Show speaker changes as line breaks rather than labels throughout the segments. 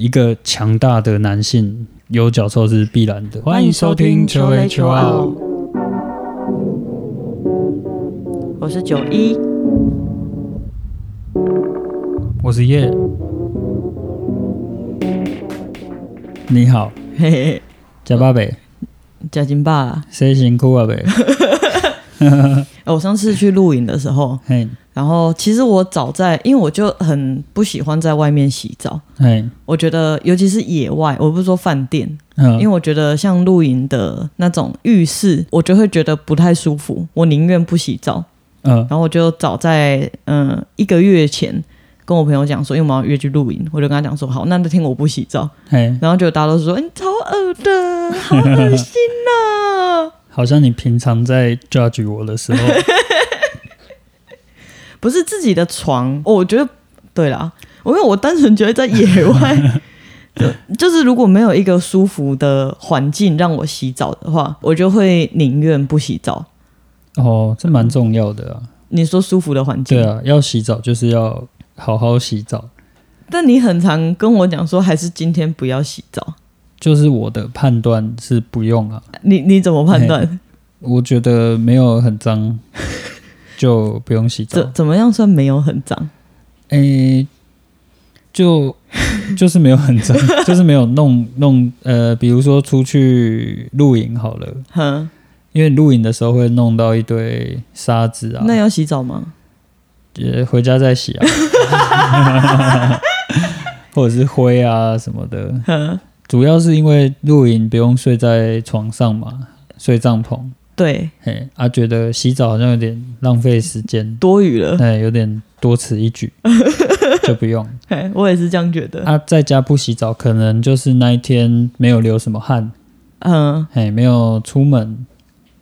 一个强大的男性有脚臭是必然的。
欢迎收听求雷求奥，
我是九一，
我是叶，你好，
嘿嘿，
加巴北，
嘉金爸啦、
谁辛苦 啊北？
呃我上次去露营的时候，
嘿，
然后其实我早在，因为我就很不喜欢在外面洗澡，
嘿，
我觉得尤其是野外，我不是说饭店，因为
嗯，
我觉得像露营的那种浴室，我就会觉得不太舒服，我宁愿不洗澡。
嗯，
然后我就早在嗯、呃一个月前跟我朋友讲说，因为我们要约去露营，我就跟他讲说，好，那那天我不洗澡。
嘿，
然后就大家都说，哎你超恶的，好恶心啊呐、
好像你平常在 judge 我的时 候，
不是自己的床，哦我觉得对啦，我因为我单纯觉得在野外， 就就是如果没有一个舒服的环境让我洗澡的话，我就会宁愿不洗澡。
哦，这蛮重要的啊。
你说舒服的环境，
对啊，要洗澡就是要好好洗澡，
但你很常跟我讲说，还是今天不要洗澡。
就是我的判断是不用啊，
你你怎么判断？
我觉得没有很脏就不用洗澡
怎。怎么样算没有很脏？
诶、就就是没有很脏， 就是没有弄弄呃，比如说出去露营好了，
哼，
因为露营的时候会弄到一堆沙子啊，
那要洗澡吗？
呃回家再洗啊，啊或者是灰啊什么的。
哼，
主要是因为露营不用睡在床上嘛，睡帐篷，
对，
嘿啊，觉得洗澡好像有点浪费时间，
多余了。
哎，有点多此一举，就不用。
嘿我也是这样觉得。
啊，在家不洗澡，可能就是那一天没有流什么汗，
嗯
嘿，没有出门，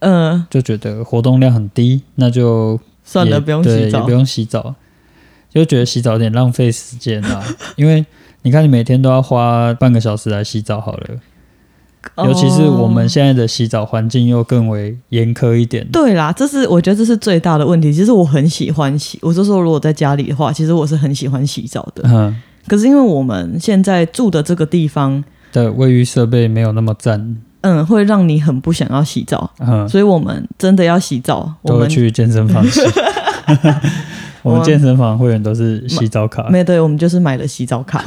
嗯，
就觉得活动量很低，那就
算
也
了，不用
对
洗
也
澡
不。用洗澡，就觉得洗澡有点浪费时间 啦。因为你看，你每天都要花半个小时来洗澡好了，尤其是我们
哦
现在的洗澡环境又更为严苛一点。
对啦，这是我觉得这是最大的问题。其实我很喜欢洗，我就说如果在家里的话，其实我是很喜欢洗澡的。
嗯，
可是因为我们现在住的这个地方，
的卫浴设备没有那么赞，
嗯，会让你很不想要洗澡，
嗯，
所以我们真的要洗澡，我
都会
们
去健身房 洗。 我
我
们
们
健身房会员都是洗澡卡，
没有对，我们就是买了洗 澡卡。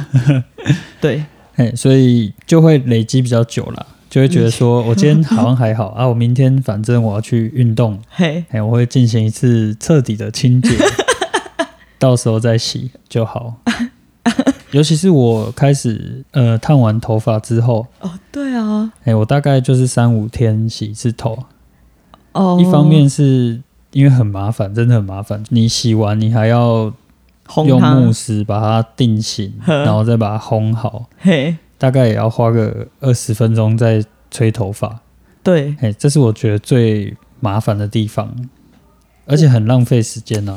对，
嘿，哎所以就会累积比较久啦，就会觉
嗯
得说，我今 天好像还好啊，我明天反正我要去运动，
嘿，
嘿，我会进行一次彻底的清 洁，到时候再洗就好。尤其是我开始呃烫完头发之后，
哦，对啊，
哎，我大概就是三五天洗一次头。
哦，
一方面是因为很麻烦，真的很麻烦，你洗完你还要
烘
用
它
慕，斯把它定型，
呵
然后再把它烘好。
嘿，
大概也要花个二十分钟在吹头发，
对，
哎，这是我觉得最麻烦的地方，而且很浪费时间
嗯
啊。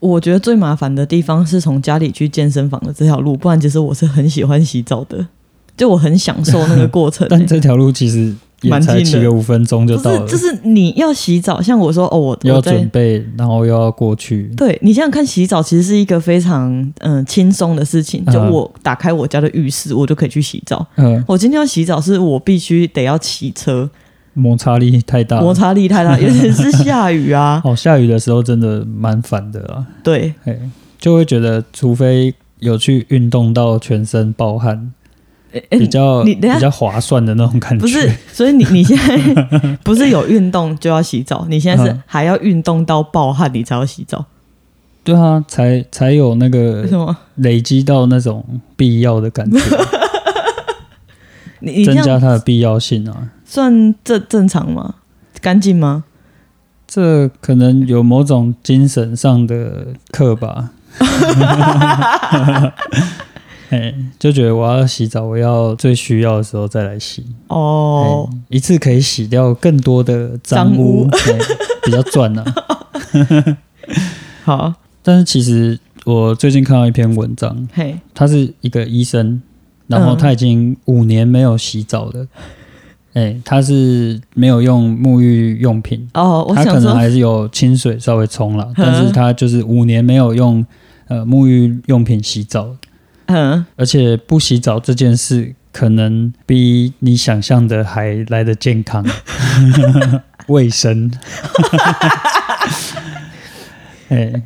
我觉得最麻烦的地方是从家里去健身房的这条路，不然其实我是很喜欢洗澡的，就我很享受那个过程、
但这条路其实也
蛮近
才
的
骑个五分钟就
不
到
是
了，，
就是你要洗澡，像我说哦，我
又要
我在
准备，然后又要过去，
对你想想看，洗澡其实是一个非常嗯轻松的事情。
嗯
就我打开我家的浴室，我就可以去洗澡。哦
嗯，
我今天要洗澡，是我必须得要骑车，
摩擦力太大了。
摩擦力太大，尤其是下雨啊。
哦，下雨的时候真的蛮烦的啦，
对，
哎，就会觉得除非有去运动到全身暴汗，
诶诶
比较
哎你等一下
比较划算的那种感觉。
不是，所以你你现在不是有运动就要洗澡，你现在是
嗯
还要运动到暴汗，你才要洗澡，
对啊，才才有那个
为 什么？
累积到那种必要的感觉，
你你这
增加
样
它的必要性啊。
算正正常吗？干净吗？
这可能有某种精神上的课 吧。哎，就觉得我要洗澡，我要最需要的时候再来洗。
哦，
哎一次可以洗掉更多的脏污，哎比较赚啊。
好，
但是其实我最近看到一篇文章，
嘿，
他是一个医生，然后
嗯
他已经五年没有洗澡了。哎、他是没有用沐浴用品，
哦，我
他可
想
能
说，嗯
还是有清水稍微冲了，但是他就是五年没有用呃沐浴用品洗澡，
嗯，
而且不洗澡这件事，可能比你想象的还来得健康、 卫生。 哎，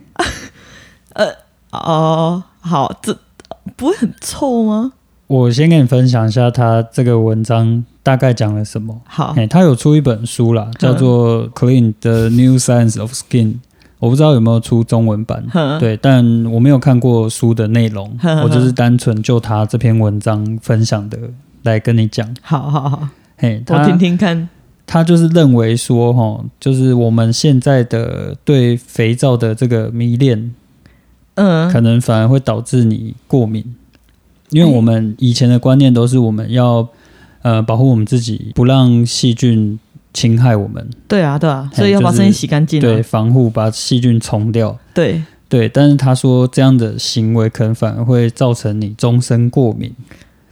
哦，好，这不会很臭吗？
我先跟你分享一下他这个文章大概讲了什么。
好，
哎，他有出一本书啦，叫
嗯
做《Clean: The New Science of Skin》，我不知道有没有出中文版。
哼，
对，但我没有看过书的内容
嗯 呵呵，呵
我就是单纯就他这篇文章分享的来跟你讲。
好好好，
嘿，
我
他
听听看。
他就是认为说，哈，就是我们现在的对肥皂的这个迷恋，
嗯，
可能反而会导致你过敏，因为我们以前的观念都是我们要呃保护我们自己，不让细菌侵害我们，
对啊，对啊，
嘿
所以要把
就是
身体洗干净
对，
啊。
防护把细菌冲掉。
对，
对，但是他说这样的行为可能反而会造成你终身过敏。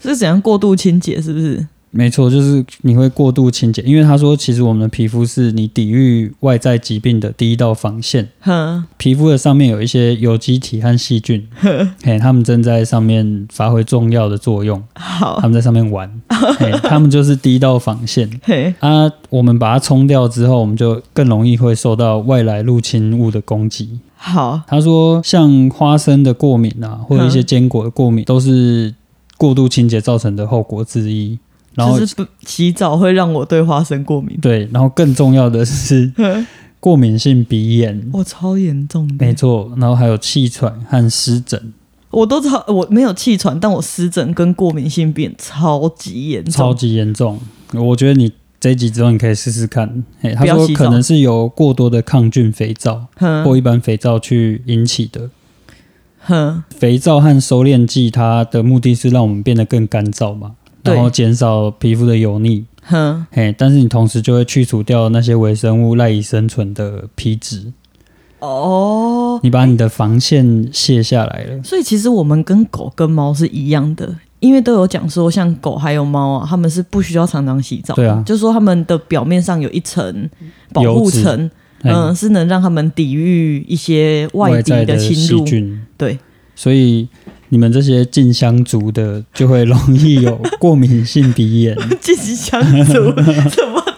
是怎样过度清洁？是不是？
没错，就是你会过度清洁，因为他说，其实我们的皮肤是你抵御外在疾病的第一道防线。
哼，
皮肤的上面有一些有机体和细菌，嘿，他们正在上面发挥重要的作用，
好
他，们在上面玩，嘿，他们就是第一道防线。
嘿，
啊，我们把它冲掉之后，我们就更容易会受到外来入侵物的攻击。
好，
他说，像花生的过敏啊，或者一些
嗯
坚果的过敏，都是过度清洁造成的后果之一。然后
就是不洗澡会让我对花生过 敏。
对，然后更重要的是过敏性鼻炎，
我超严重的，
没错，然后还有气喘和湿疹，
我都超我没有气喘，但我湿疹跟过敏性病超级严
超
重。
级严重。我觉得你这一集之后你可以试试看。嘿，他
不要
说
洗澡嗯
可能是由过多的抗菌肥皂
哼
或一般肥皂去引起的。
哼，
肥皂和收敛剂，它的目的是让我们变得更干燥嘛，
对
然后减少皮肤的油腻。
哼，
嘿，但是你同时就会去除掉那些微生物赖以生存的皮脂，
哦，嗯
你把你的防线卸下来了。
所以其实我们跟狗跟猫是一样的，因为都有讲说，像狗还有猫啊，它们是不需要常常洗澡的，
对啊
就说它们的表面上有一层保护层，
嘿
嗯、是能让它们抵御一些外敌
哎在
侵
细
入。
菌，
对，
所以你们这些近乡族的就会容易有 过敏性鼻炎，
自己相处什么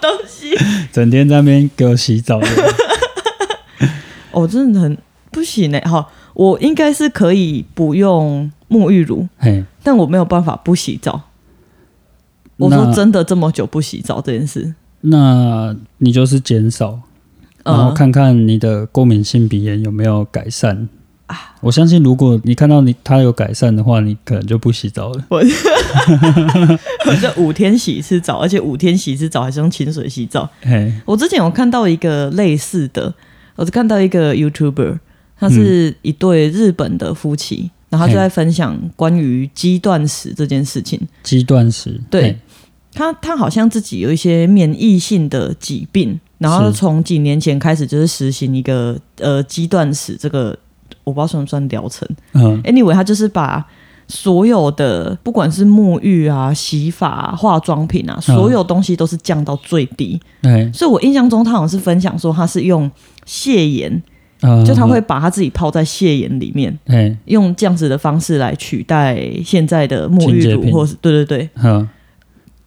东西？
整天在那边给我洗 澡的。
哦，真的很不行哎、好，我应该是可以不用沐浴乳，
嘿，
但我没有办法不洗澡。我说真的这么久不洗澡这件事，
那你就是减少，然后
嗯
看看你的过敏性鼻炎有没有改善。
啊
我相信，如果你看到你它有改善的话，你可能就不洗澡了。
这五天洗一次澡，而且五天洗一次澡还是用清水洗澡。
嘿，
我之前有看到一个类似的，我是看到一个 YouTuber，他是
嗯
一对日本的夫妻，然后他就在分享关于肌断食这件事情。
鸡断食，
对
嘿
他他好像自己有一些免疫性的疾病，然后
是
从几年前开始就是实行一个呃肌断食这个，我不知道算不算疗程。
嗯，
Anyway，他就是把所有的不管是沐浴啊、洗发、啊、化妆品
嗯
啊，所有东西都是降到最低。
哎，
所以我印象中，他好像是分享说他是用泻盐，
嗯
就他会，把他自己泡在泻盐里面，
哎，
用这样子的方式来取代现在的沐
清
浴
洁
乳，
品
或是对对对，
嗯，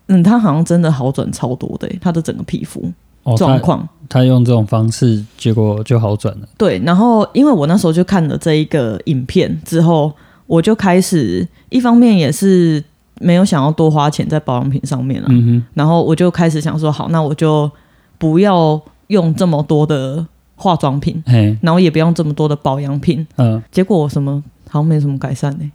嗯，他好像真的好转超多的欸，他的整个皮肤
哦，
状
他
况。
他用这种方式，结果就好转了。
对，然后因为我那时候就看了这一个影片之后，我就开始一方面也是没有想要多花钱在保养品上面了，啊
嗯哼。
然后我就开始想说，好，那我就不要用这么多的化妆品，
嘿，
然后也不用这么多的保养品，
嗯，
结果我什么好像没什么改 善呢、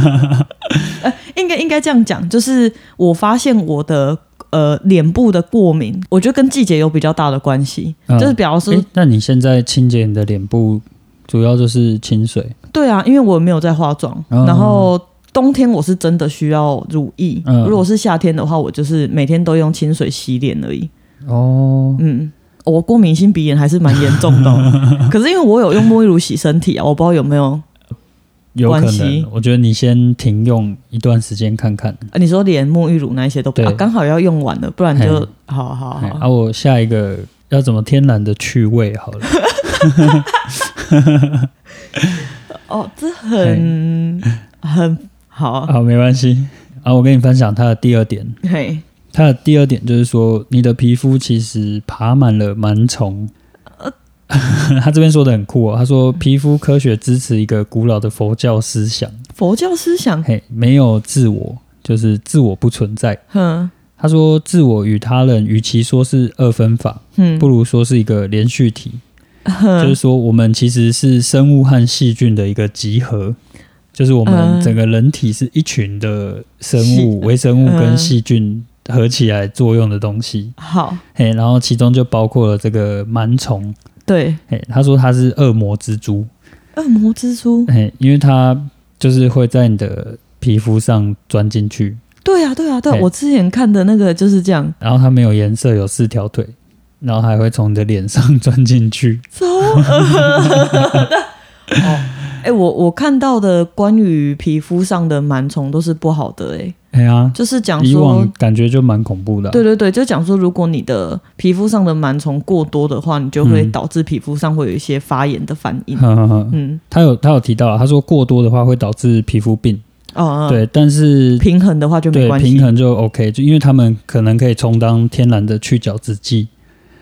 呃应该应该这样讲，就是我发现我的呃脸部的过敏，我觉得跟季节有比较大的关系，
嗯
就是表示、
诶那你现在清洁你的脸部，主要就是清水，
对啊，因为我没有在化妆，
哦
然后。冬天我是真的需要乳液，
嗯
如果是夏天的话，我就是每天都用清水洗脸而已。
哦，
嗯，我过敏性鼻炎还是蛮严重的哦， 可是因为我有用沐浴乳洗身体啊，我不知道有没有。
有可
关系
能。我觉得你先停用一段时间看看。
啊、你说连沐浴乳那一些都不，
对
啊刚、好要用完了，不然就
嘿
好好
嘿
好。
啊，我下一个要怎么天然的去味好 了？
哦，这很很好，
好，没关系。啊，我跟你分享它的第二点，
嘿，
它的第二点就是说，你的皮肤其实爬满了螨虫。 他这边说的很酷哦，他说皮肤科学支持一个古老的佛教思想，
佛教思想，
嘿，没有自我，就是自我不存在。
哼，
他说，自我与他人，与其说是二分法，
嗯
不，如说是一个连续体。就是说，我们其实是生物和细菌的一个集合，就是我们
嗯
整个人体是一群的生物、
细
微生物跟
嗯
细菌合起来作用的东西。
好，
嘿，然后其中就包括了这个螨虫。
对，
嘿，他说它是恶魔蜘蛛，
恶魔蜘蛛，
嘿，因为它就是会在你的皮肤上钻进去，
对啊，对啊，对啊
嘿
我之前看的那个就是这样，
然后它没有颜色，有四条腿，然后还会从你的脸上 钻进去。
超恶的。哦，哎、我我看到的关于皮肤上的螨虫都是不好的、哎，
哎呀，
就是讲
以
说
往，感觉就蛮恐怖的啊、
对对对，就讲说，如果你的皮肤上的螨虫过多的话，你就会
嗯
导致皮肤上会有一些发炎的反应。
哼哼哼，
嗯，
他有他有提到啊，他说过多的话会导致皮肤病，
哦、嗯
对，但是
平衡的话就没
对
关系。
平衡就 OK，就因为他们可能可以充当天然的去角质剂，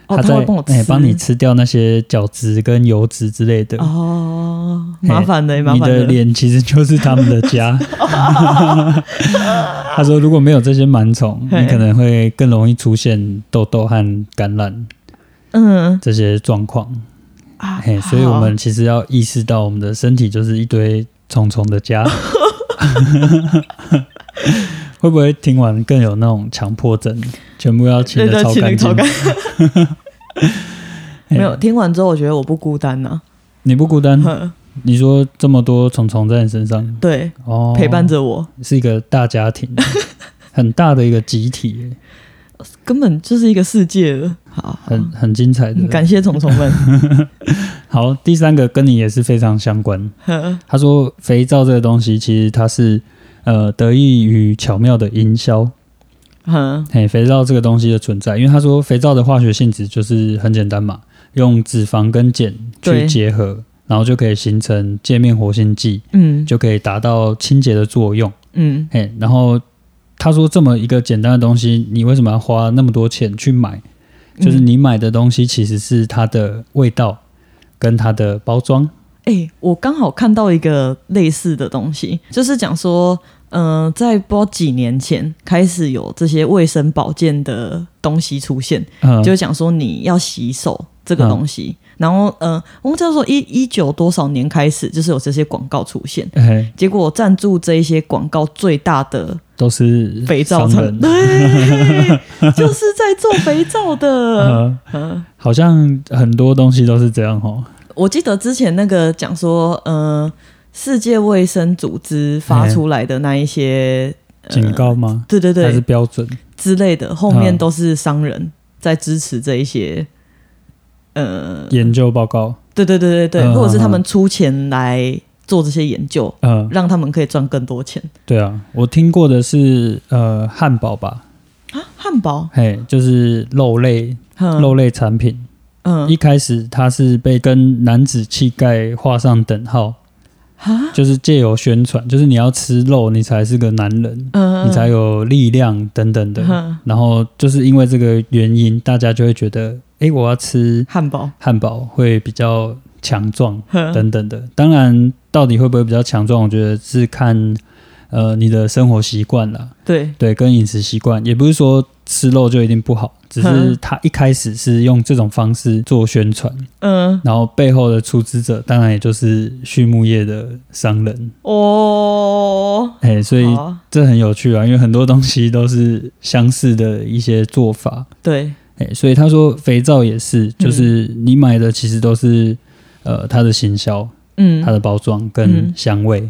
哦，
它
他
在
会帮我吃，
哎帮你吃掉那些角质跟油脂之类的。
哦，
嘿
麻烦的，麻
你
烦
的脸其实就是他们的 家。他说，如果没有这些螨虫，
嘿
你可能会更容易出现痘痘和感染
嗯
这些状况。
啊
嘿，，所以我们其实要意识到，我们的身体就是一堆虫虫的 家。 会不会听完更有那种强迫症，全部要清
对
的
对，
超
清
干
理
净
超？干。
嘿
没有，听完之后，我觉得我不孤单啊呐、
你不孤单。
哼
你说这么多虫虫在你身上，
对，
哦，
陪伴着我，
是一个大家 庭，很大的一个集体耶，
根本就是一个世界了。好，
很很精彩
哦很
的。
感谢虫虫 们。
好，第三个跟你也是非常相关。
呵
他说，肥皂这个东西其实它是呃得益于巧妙的营销，
呵
嘿，肥皂这个东西的存在，因为他说肥皂的化学性质就是很简单嘛，用脂肪跟碱去
对
结合，然后就可以形成界面活性剂，
嗯
就可以达到清洁的作用。
嗯，
嘿，然后他说这么一个简单的东西，你为什么要花那么多钱去买？
嗯
就是你买的东西其实是它的味道跟它的包装。
哎、我刚好看到一个类似的东西，就是讲说，嗯、在不知道几年前开始有这些卫生保健的东西出现，
嗯，
就讲说你要洗手这个东西。然后，呃，我们叫做一一九多少年开始，就是有这些广告出现。
嘿，
结果赞助这一些广告最大 的
都是
肥皂
商
厂，
人。
对，就是在做肥皂的。
呃，
嗯，
好像很多东西都是这样哦。
我记得之前那个讲说，呃，世界卫生组织发出来的那一些，
警告吗？
呃对对
还是
对
标准？
之类的，后面
嗯
都是商人在支持这一些，呃，
研究报告，
对对对对对，
嗯
或者是他们出钱来做这些研究，
嗯，
让他们可以赚更多钱
对啊，我听过的是呃汉堡吧，
啊。汉堡，
嘿，就是肉类
嗯
肉类产品，一
嗯
开始它是被跟男子气概画上等号，
啊，
就是借由宣传，就是你要吃肉，你才是个男人，
嗯，
你才有力量等等的。
嗯
然后就是因为这个原因，大家就会觉得，诶，我要吃
汉堡，
汉堡会比较强壮，
嗯
等等的。当然，到底会不会比较强壮，我觉得是看呃你的生活习惯啦，
对，
对，跟饮食习惯，也不是说吃肉就一定不好，只是
嗯
他一开始是用这种方式做宣传，
嗯，
然后背后的出资者当然也就是畜牧业的商人，
哦，
哎，所以
好啊
这很有趣啊，因为很多东西都是相似的一些做法，
对，
哎，所以他说肥皂也是，
嗯
就是你买的其实都是呃它的行销，
嗯
它，的包装跟香味。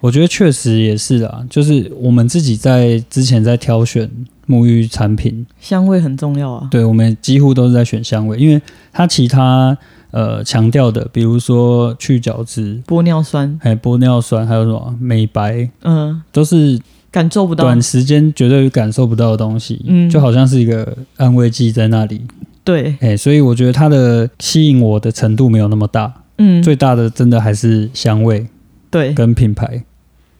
我觉得确实也是啦，就是我们自己在之前在挑选沐浴产品，
香味很重要啊。
对我们几乎都是在选香味，因为它其他呃强调的，比如说去角质、
玻尿酸，
还有哎玻尿酸，还有什么美白，
嗯，
都是
感受不到
短，时间绝对感受不到的东西，
嗯
就好像是一个安慰剂在那里，
对，
哎、所以我觉得它的吸引我的程度没有那么大，
嗯，
最大的真的还是香味
对，
跟品牌。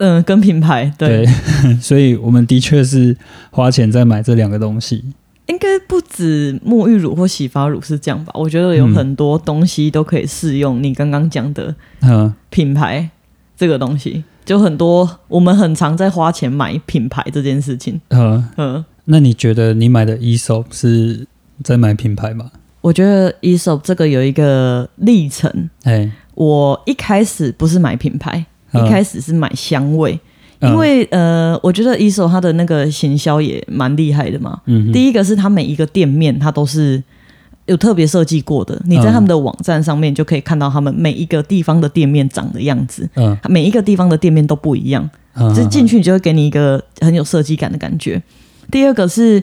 嗯、跟品牌对，
所以我们的确是花钱在买这两个东西。
应该不止沐浴乳或洗发乳是这样吧？我觉得有
嗯
很多东西都可以适用你刚刚讲的
嗯，
品牌这个东西，就很多我们很常在花钱买品牌这件事情。
呃，
嗯，
那你觉得你买的 e s o p 是在买品牌吗？
我觉得 ESOP 这个有一个历程，
哎、
我一开始不是买品牌，
嗯
一开始是买香味，
嗯
因为呃，我觉得 ESOP 它的那个行销也蛮厉害的嘛。
嗯哼
第一个是它每一个店面它都是。有特别设计过的，你在
嗯
他们的网站上面就可以看到他们每一个地方的店面长的样子，
嗯
每一个地方的店面都不一样。
嗯，
就是进
去
去你就会给你一个很有设计感的感觉。第二个是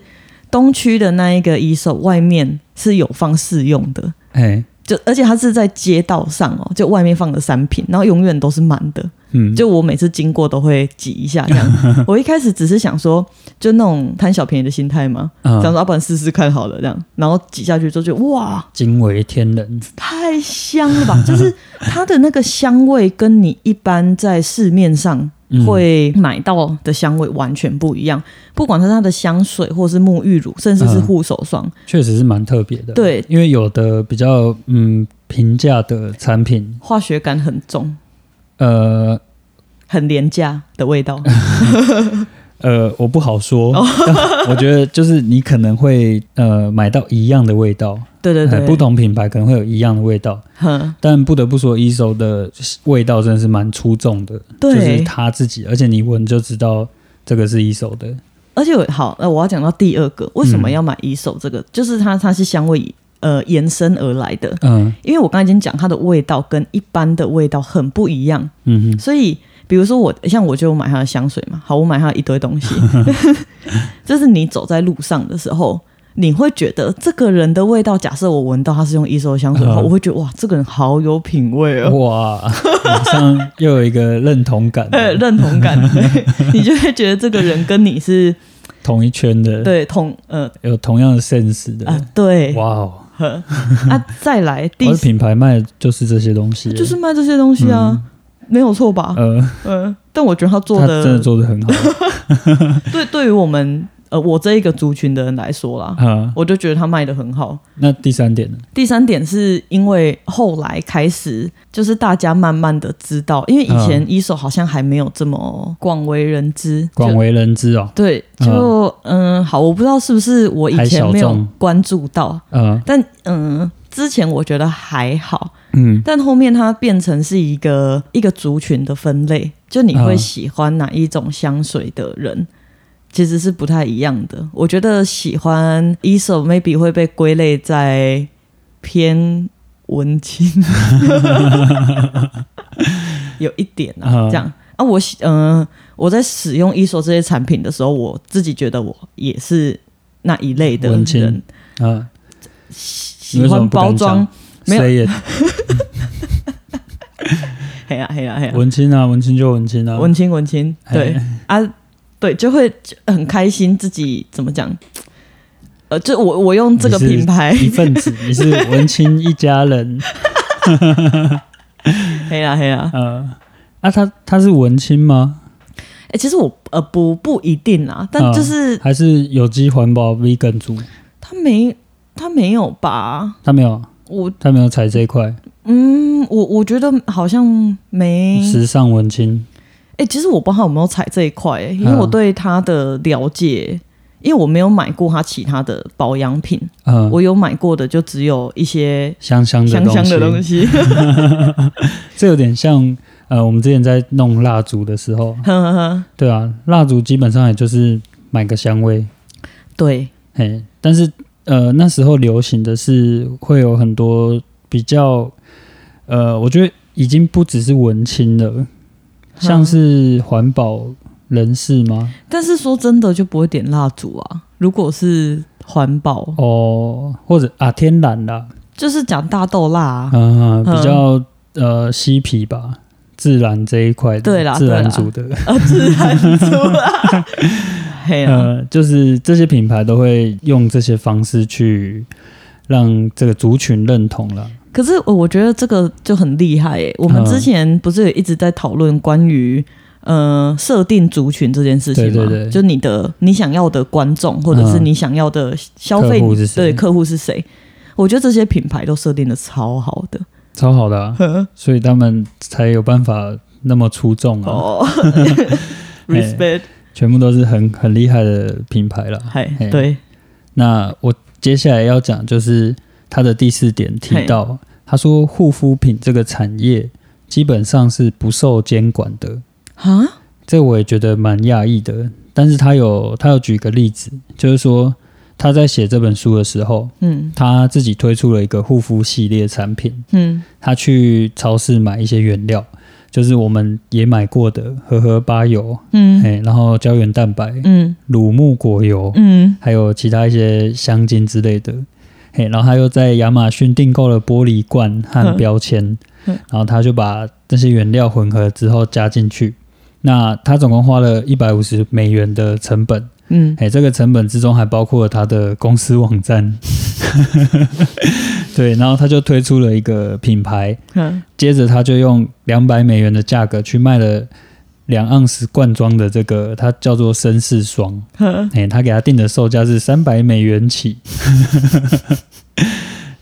东区的那一个一手外面是有放试用的，
哎，
就而且它是在街道上哦，就外面放的商品，然后永远都是满的。
嗯，
就我每次经过都会挤一下这样。 我一开始只是想说，就那种贪小便宜的心态嘛，
嗯
想说啊要不然试试看好了这样，然后挤下去之后就哇，
惊为天人，
太香 了吧！就是它的那个香味跟你一般在市面上
嗯
会买到的香味完全不一样，不管是它的香水，或是沐浴乳，甚
嗯
至是护手霜，
确实是蛮特别的。
对
因为有的比较嗯平价的产品，
化学感很重，
呃
很廉价的 味道。
呃，我不好说，
哦
但 我觉得就是你可能会呃买到一样的味道，
对对
哎
对，
不，同品牌可能会有一样的味道，
哼，
但不得不说，ESO 的味道真的是蛮出众的，就
对
是他自己，而且你闻就知道这个是 ESO 的。
而且我好，那我要讲到第二个，为什么要买一手这个？就是它它是香味呃延伸而来的，
嗯
因为我刚才已经讲它的味道跟一般的味道很不一样。
嗯哼
所以，比如说我，像我就买它的香水嘛，好，我买它一堆东西， 就是你走在路上的时候，你会觉得这个人的味道，假设我闻到他是用一手香水的话，
嗯
我会觉得哇，这个人好有品味哦。
哇，马上又有一个认同 感，
呃，认同感，对你就会觉得这个人跟你是
同一圈的，，
对同呃
有同样的 sense 的，
啊对
哇哦，
呵啊，再来第
我的嗯
四
品牌卖的就是这些东西，
就是卖这些东西啊，没有错吧？
呃，
嗯、但我觉得他做
他
的
真的做的很 好
对，对于我们呃我这一个族群的人来说啦，
啊。
我就觉得他卖的很好。
那第三点呢？
第三点是因为后来开始，就是大家慢慢的知道，因为以
嗯
前一手好像还没有这么广为人知，
广
就
为人知哦，
对，
嗯
就嗯好，我不知道是不是我以前没
还小
有
众
关注到，
呃，
但嗯，之前我觉得还好，
嗯
但后面它变成是一个一个族群的分类，就你会
嗯
喜欢哪一种香水的人，其实是不太一样的。我觉得喜欢 e s o maybe 会被归类在偏文 青，有一点啊，
嗯
这样啊，我喜嗯、我在使用 e s o 这些产品的时候，我自己觉得我也是那一类的
文青
人，
啊，你
喜
为什
欢
么不
包
敢
装
讲，？
没有
谁也
黑啊黑啊黑啊，
文青啊，文青就文青啊，
文青文青，对
哎
啊，对，就会就很开心自己怎么讲，呃，就我我用这个
你是
品牌，
一份子，你是文青一家人，
黑啦黑啦，
呃，啊，他他是文青吗？
哎、其实我呃不不一定啦，但
嗯
就是
还是有机环保 vegan 族？
他没他没有吧，
他没有，
我
他没有踩这一块，
嗯我我觉得好像没，
时尚文青，
哎、其实我不知道他有没有踩这一块、欸，因为
嗯
我对他的了解。因为我没有买过他其他的保养品，
嗯，
我有买过的就只有一些
香香的
香
东
香
西，
的东西。
这有点像呃，我们之前在弄蜡烛的时候，
呵呵呵，
对啊，蜡烛基本上也就是买个香味，
对，
嘿，但是呃那时候流行的是会有很多比较，呃，我觉得已经不只是文青
嗯
了，像是环保人士吗？
但是说真的，就不会点蜡烛啊。如果是环保，
哦，或者啊天然啦，
就是讲大豆蜡、 啊，
嗯、比较呃嬉皮吧。自然这一块的，
对啦
自
对啦
然组的，
呃，自然出啊，嘿啊，
呃，就是这些品牌都会用这些方式去让这个族群认同了。
可是呃我觉得这个就很厉害诶、我们
嗯
之前不是也一直在讨论关于呃设定族群这件事情嘛，
对对对
就你的你想要的观众，或者是
嗯
你想要的消费，
客户是谁
对客户是谁？我觉得这些品牌都设定的超好的
超好的、
嗯
啊，所以他们才有办法那么出众啊，
哦 ，respect，
全部都是很很厉害的品牌啦。
嗨
嘿，
对，
那我接下来要讲就是他的第四点提
嘿
到，他说护肤品这个产业基本上是不受监管的，
啊，
这我也觉得蛮讶异的。但是他有他有举个例子，就是说他在写这本书的时候，
嗯
他自己推出了一个护肤系列产品，
嗯
他去超市买一些原料，就是我们也买过的荷荷巴油，
嗯
哎、然后胶原蛋白、
嗯
乳木果油，
嗯
还有其他一些香精之类的。嘿，然后他又在亚马逊订购了玻璃罐和
嗯
标签，
嗯
然后他就把这些原料混合之后加进去。那他总共花了一百五十美元的成本，
嗯，
哎，这个成本之中还包括了他的公司网站， 对，然后他就推出了一个品牌，
嗯
接着他就用两百美元的价格去卖了两盎司罐装的这个，它叫做绅士霜，
嗯
哎、他给他定的售价是三百美元起。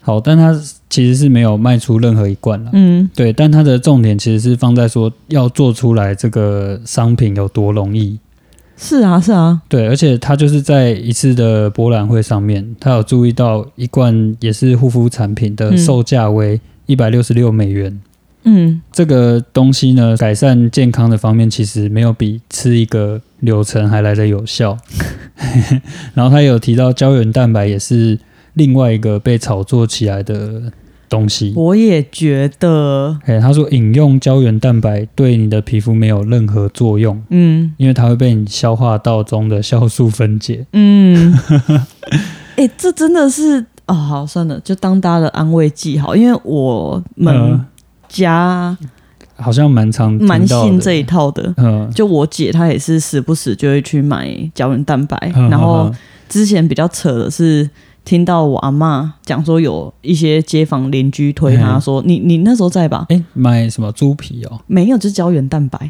好，但他其实是没有卖出任何一罐了。
嗯
对，但他的重点其实是放在说要做出来这个商品有多容易。
是啊是啊，
对，而且他就是在一次的博览会上面，他有注意到一罐也是护肤产品的
嗯
售价为一百六十六美元。
嗯
这个东西呢，改善健康的方面其实没有比吃一个柳橙还来的有效。 然后他有提到胶原蛋白也是另外一个被炒作起来的东西。
我也觉得，
哎，他说饮用胶原蛋白对你的皮肤没有任何作用，
嗯
因为它会被你消化道中的酵素分解。
嗯，哎、这真的是哦，好算了，就当大家的安慰剂好，因为我们
嗯，
家
好像蛮常听
蛮
到
信
的
这一套的。
嗯，
就我姐她也是时不时就会去买胶原蛋白，
嗯
然后
嗯
之前比较扯的是，听到我阿妈讲说有一些街坊邻居推她
嗯
说：“你你那时候在吧
哎、买什么猪皮哦？”，
没有，就是胶原蛋白。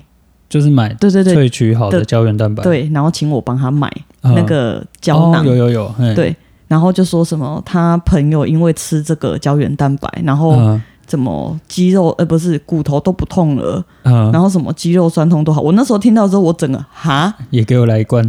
就是买
对对对
萃取好的
的
胶原蛋白，
对，然后请我帮她买
嗯，
那个胶囊
哦、，有有有，嘿
对然后就说什么他朋友因为吃这个胶原蛋白，然后
嗯
怎么肌肉呃不是骨头都不痛了，
嗯，
然后什么肌肉酸痛都好。我那时候听到之后，我整个哈
也给我来一 罐，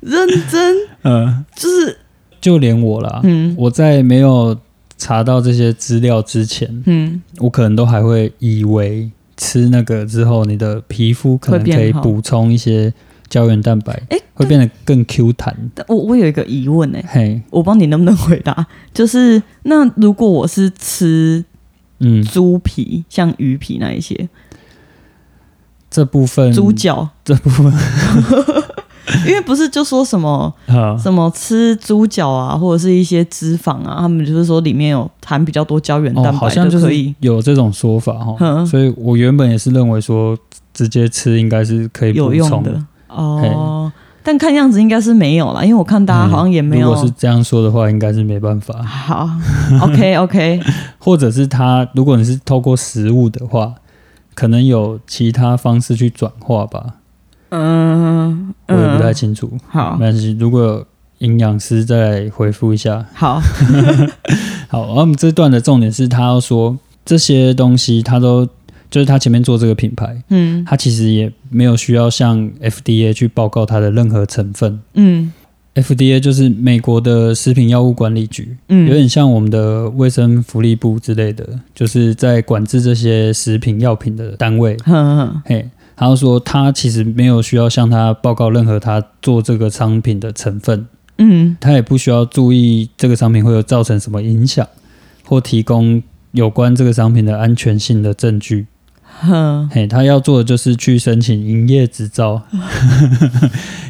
认真
嗯，
就是
就连我啦，
嗯
我在没有查到这些资料之前，
嗯
我可能都还会以为吃那个之后，你的皮肤可能
会变
可以
好
补充一些胶原蛋白，
诶
会变得更 Q 弹，
但我我有一个疑问哎、
嘿，
我不知道你能不能回答，就是那如果我是吃
嗯，
猪皮，像鱼皮那一些
这部分
猪脚，
嗯这部分
因为不是就说什么
啊，
什么吃猪脚啊，或者是一些脂肪啊，他们就是说里面有含比较多胶原蛋
哦，
白，
好像就
可
是
以。
有这种说法哈，
嗯
所以我原本也是认为说直接吃应该是可以补
有用
充
的。哦。但看样子应该是没有啦，因为我看大家好像也没
嗯如
有。
果是这样说的话，应该是没办法。
好，OK OK，
或者是它，如果你是透过食物的话，可能有其他方式去转化吧，
嗯
我也不太
嗯，
清楚。
好
没关系，如果有营养师再来回复一下。
好，
好，然后我们这段的重点是，他要说这些东西，他都就是他前面做这个品牌，
嗯
他其实也没有需要向 FDA 去报告它的任何成分。
嗯
FDA 就是美国的食品药物管理局，有
嗯
点像我们的卫生福利部之类的，就是在管制这些食品药品的单位。
嗯
嘿，然后说他其实没有需要向他报告任何他做这个商品的成分，
嗯
他也不需要注意这个商品会有造成什么影响，或提供有关这个商品的安全性的证据。
嗯，
嘿，他要做的就是去申请营业执照，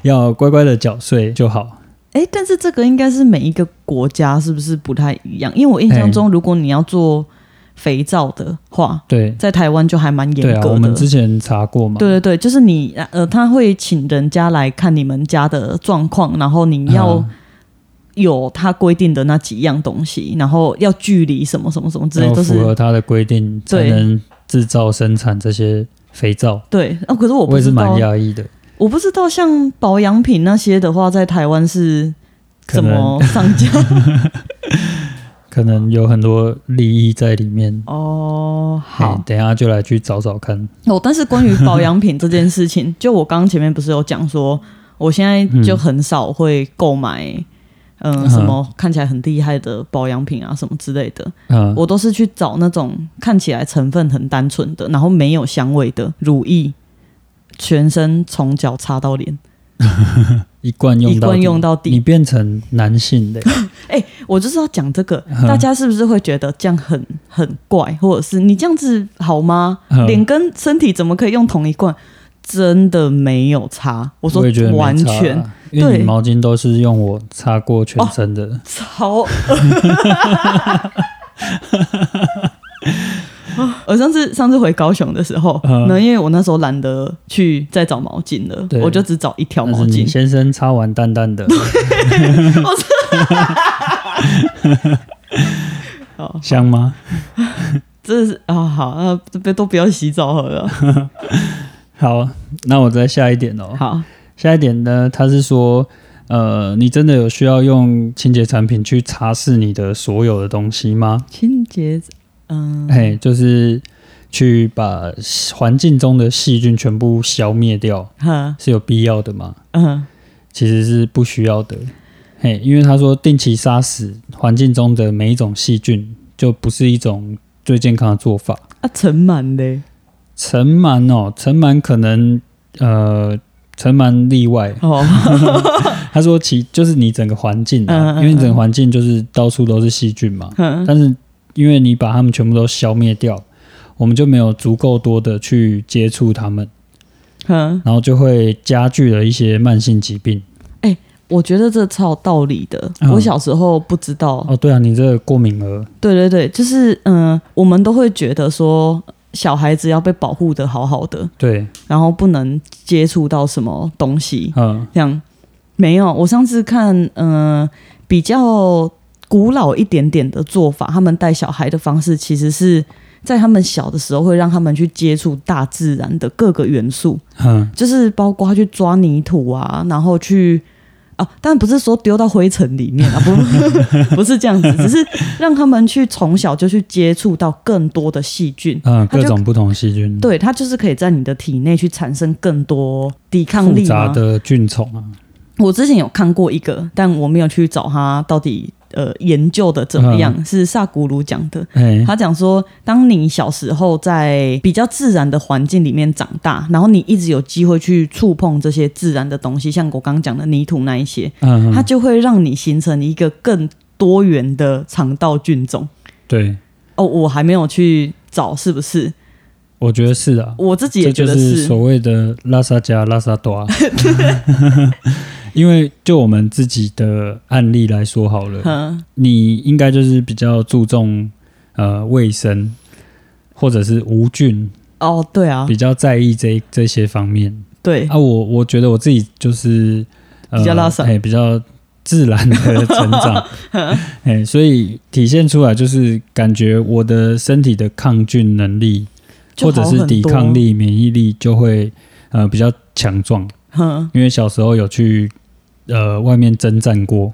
要乖乖的缴税就好。
哎，但是这个应该是每一个国家是不是不太一样？因为我印象中，如果你要做肥皂的话，
对
在台湾就还蛮
对
严
啊，
格
我们
的。
之前查过嘛。
对对对，就是你呃，他会请人家来看你们家的状况，然后你
嗯，
要、有他规定的那几样东西，然后要距离什么什么什么之类，
要
都
符合
是
它的规定，才
对
能制造生产这些肥皂，
对，哦，可是我
我
不
也是
知
蛮
道，
压抑的。
我不知道像保养品那些的话，在台湾是
可
怎
能
么上架？
可能有很多利益在里面。
哦，好
哎，等一下就来去找找看。
哦，但是关于保养品这件事情， 就我刚刚前面不是有讲说，我现在就很少会购买，嗯、
嗯
什么看起来很厉害的保养品啊，什么之类的，
嗯，
我都是去找那种看起来成分很单纯的，然后没有香味的乳液，全身从脚擦到脸，
一贯用
一
到
罐
底
用到底
你。变成男性的，
我就是要讲这个，
嗯
大家是不是会觉得这样很很怪，或者是你这样子好吗？
嗯
脸跟身体怎么可以用同一罐？真的没有差，我说
我也觉得没
完
差啊啦
全，
因为
对哦
你毛巾都是用我擦过全身的，
超。 我上次上次回高雄的时候，
嗯
那因为我那时候懒得去再找毛巾了
对，嗯
我就只找一条
但
毛
是你
巾。
先生擦完淡淡 的，
哦，
香吗？
这是啊、好，那这边都不要洗澡好了。
好，那我再下一点哦。
好，
下一点呢，他是说，呃，你真的有需要用清洁产品去擦拭你的所有的东西吗？
清洁，嗯，
嘿，就是去把环境中的细菌全部消灭掉，
哈，
是有必要的吗？
嗯，
其实是不需要的。嘿，因为他说定期杀死环境中的每一种细菌，就不是一种最健康的做法。
啊，尘螨嘞，
尘螨哦，尘螨可能呃，尘螨例外。
哦，
他说其就是你整个环境、啊，
嗯嗯嗯
因为你整个环境就是到处都是细菌嘛。
嗯
但是因为你把它们全部都消灭掉，我们就没有足够多的去接触它们，
嗯，
然后就会加剧了一些慢性疾病。
我觉得这超有道理的。
嗯
我小时候不知道，
哦，对啊，你这个过敏儿，
对对对，就是嗯、呃我们都会觉得说小孩子要被保护的好好的，
对，
然后不能接触到什么东西，
嗯
这样没有。我上次看，嗯、比较古老一点点的做法，他们带小孩的方式其实是。在他们小的时候，会让他们去接触大自然的各个元素，
嗯
就是包括去抓泥土啊，然后去啊，但不是说丢到灰尘里面啊，不 不是这样子，只是让他们去从小就去接触到更多的细菌。
嗯，
它
各
就
种不同的细菌，，
对，它就是可以在你的体内去产生更多抵抗
复
力
杂
嘛。
的菌虫啊，
我之前有看过一个，但我没有去找他到底呃研究的怎么样，
嗯
是萨古鲁讲的。
哎，
他讲说，当你小时候在比较自然的环境里面长大，然后你一直有机会去触碰这些自然的东西，像我刚刚讲的泥土那一些，
嗯，
它就会让你形成一个更多元的肠道菌种。
对，
哦，我还没有去找是不是？
我觉得是啊，
我自己
这
也觉
就
得
是所谓的拉萨加拉萨多啊， 因为就我们自己的案例来说好了，
嗯，
你应该就是比较注重呃卫生，或者是无菌，
哦，对啊，
比较在意这这些方面
对，
啊。我我觉得我自己就是、呃、
比较拉萨
哎，比较自然的成长， 哎，所以体现出来就是感觉我的身体的抗菌能力
就
或者
好
是
很
抵
多
抗， 力、免疫力就会呃比较强壮，
嗯，
因为小时候有去。呃，外面征战过，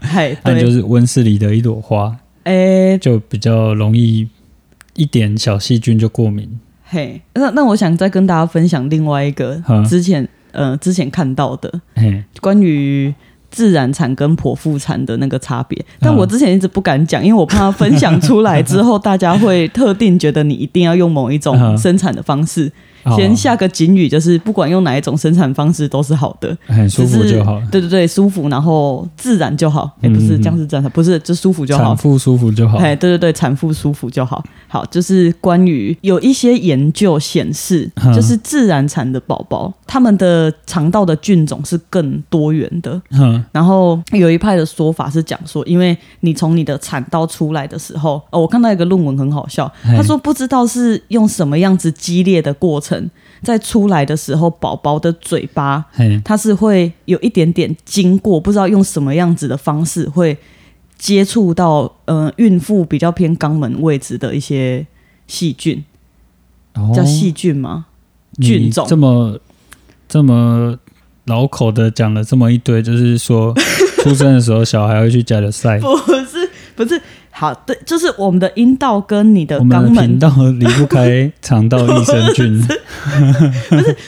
嗨，
那就
对，
是温室里的一朵花，
哎，
就比较容易一点小细菌就过敏。
嘿，那那我想再跟大家分享另外一个
嗯
之前呃之前看到的
嘿，
关于自然产跟剖腹产的那个差别，但
嗯
我之前一直不敢讲，因为我怕分享出来 之后，大家会特定觉得你一定要用某一种
嗯
生产的方式。
哦
先下个警语，就是不管用哪一种生产方式都是好的，
很舒服
只是
就好，
对对对，舒服，然后自然就好。哎、
嗯
不是这样是正常，不是就舒服就好
产。妇舒服就好。
哎，对对对，产妇舒服就好。好，就是关于有一些研究显示
嗯，
就是自然产的宝宝，他们的肠道的菌种是更多元的。
嗯
然后有一派的说法是讲说，因为你从你的产道出来的时候，哦，我看到一个论文很好笑，
嘿
他说不知道是用什么样子激烈的过程，在出来的时候，宝宝的嘴巴
嘿，
它是会有一点点经过，不知道用什么样子的方式会接触呃到，嗯、孕妇比较偏肛门位置的一些细菌，
哦
叫细 菌吗？
你
菌种
这么这么老口的讲了这么一堆，就是 说出生的时候小孩会去加的塞。
不是，不是，好，对，就是我们的阴道跟你的
我们
肛
的
门
频道离不开肠道益生 菌，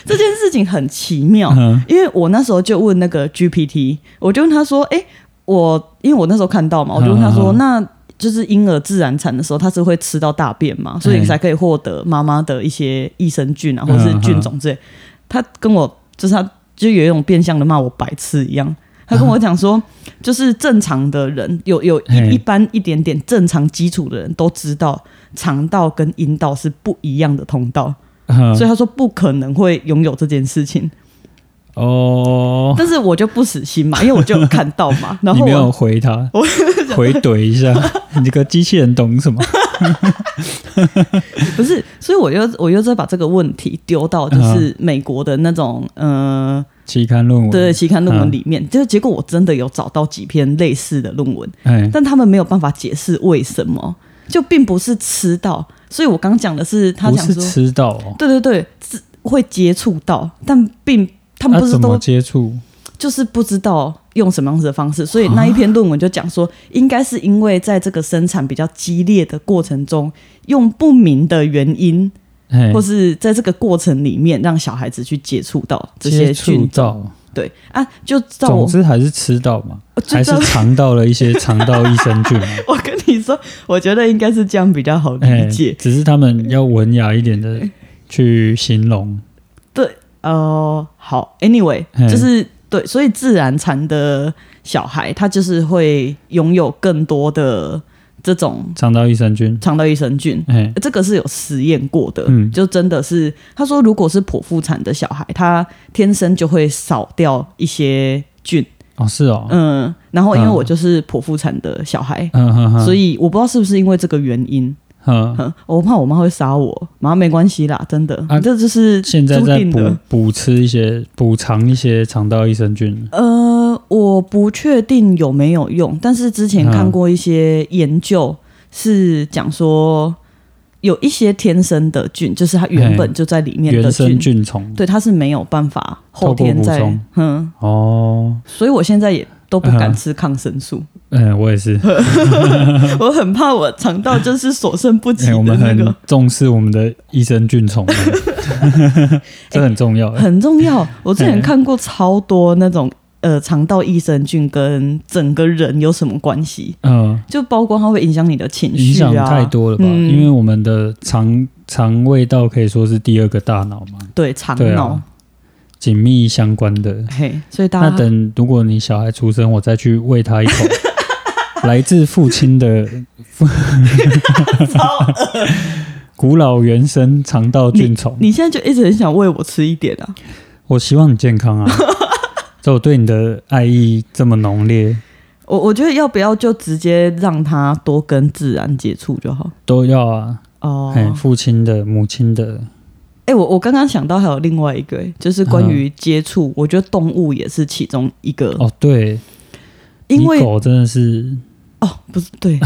这件事情很奇妙，
嗯
因为我那时候就问那个 GPT，我就问他说：“哎、我因为我那时候看到嘛，我就问他说，
嗯嗯嗯
那就是婴儿自然产的时候，他是会吃到大便嘛，所以
嗯
才可以获得妈妈的一些益生菌啊，或是菌种之类。他跟我就是他就有一种变相的骂我白痴一样。他跟我讲说，就是正常的人有有
嘿
一一般一点点正常基础的人都知道，肠道跟阴道是不一样的通道，
嗯
所以他说不可能会拥有这件事情。
哦，
但是我就不死心嘛，因为我就有看到 嘛，然
你
后
没有
我
回他，回怼一 下，你这个机器人懂什么？
不是，所以我又我又再把这个问题丢到就是美国的那种呃
期刊嗯论文，嗯
对期刊论文里面，就结果我真的有找到几篇类似的论文，
哎，
但他们没有办法解释为什么，就并不是吃到，所以我刚讲的是他
不
讲
是
说，
吃到哦，
对对对，是会接触到，但并他们
那
不是
啊怎
都
么接触？
就是不知道用什么样子的方式，所以那一篇论文就讲说，应该是因为在这个生产比较激烈的过程中，用不明的原因，
哎
或是在这个过程里面让小孩子去接触到这些
接触
菌种，
到，
对啊，就照
总
我，
之还是吃到 嘛，
我就
还是
照
尝到了一些肠道益生 菌嘛。
我跟你说，我觉得应该是这样比较好
哎
理解，嗯
只是他们要文雅一点的去形容。
对，呃，好，anyway，
嘿
就是对，所以自然产的小孩，他就是会拥有更多的这种
肠道益生菌，
肠道益生菌，
哎，
这个是有实验过的，
嗯
就真的是他说，如果是剖腹产的小孩，他天生就会少掉一些菌，
哦，是哦，
嗯，然后因为
嗯
我就是剖腹产的小孩，
嗯哼哼，
所
以，
以我不知道是不是因为这个原因，
嗯，
哼我怕我妈会杀我，妈没关系啦，真的，
啊
这就是
现在
注
在
定的
补补吃一些补偿一些肠道益生菌。
呃，我不确定有没有用，但是之前看过一些研究是讲说，有一些天生的菌，就是它原本就在里面的
原
菌，
生菌虫。
对，它是没有办法后天
透
再
过补充
嗯，
哦，
所以我现在也都不
嗯
敢
哼
吃抗生 素，
嗯，我也 是。
我很怕我肠道就是所剩不及
哎，
的
我们
那个
很。重视我们的益生菌虫，啊 这很重要。
很重要。我之前
嗯
看过超多那种呃肠道益生菌跟整个人有什么关系，
嗯，
就包括它会影响你的情
影
绪啊，
响太多了吧？
嗯
因为我们的肠肠胃道可以说是第二个大脑嘛，
对肠
对
脑、
啊，紧密相关的。
嘿，所以大
那
家
等如果你小孩出生，我再去喂他一 口来自父亲的 古老原生肠道菌虫。
你现在就一直很想喂我吃一点啊，
我希望你健康 啊！这我对你的爱意这么浓烈，
我我觉得要不要就直接让它多跟自然接触就好
都要啊！
哦。
哎、父亲的、母亲的，
哎、我我刚刚想到还有另外一个、欸就是关于接触，我觉得动物也是其中一个，
嗯哦，对，
因为
你狗真的是
哦，不是，对，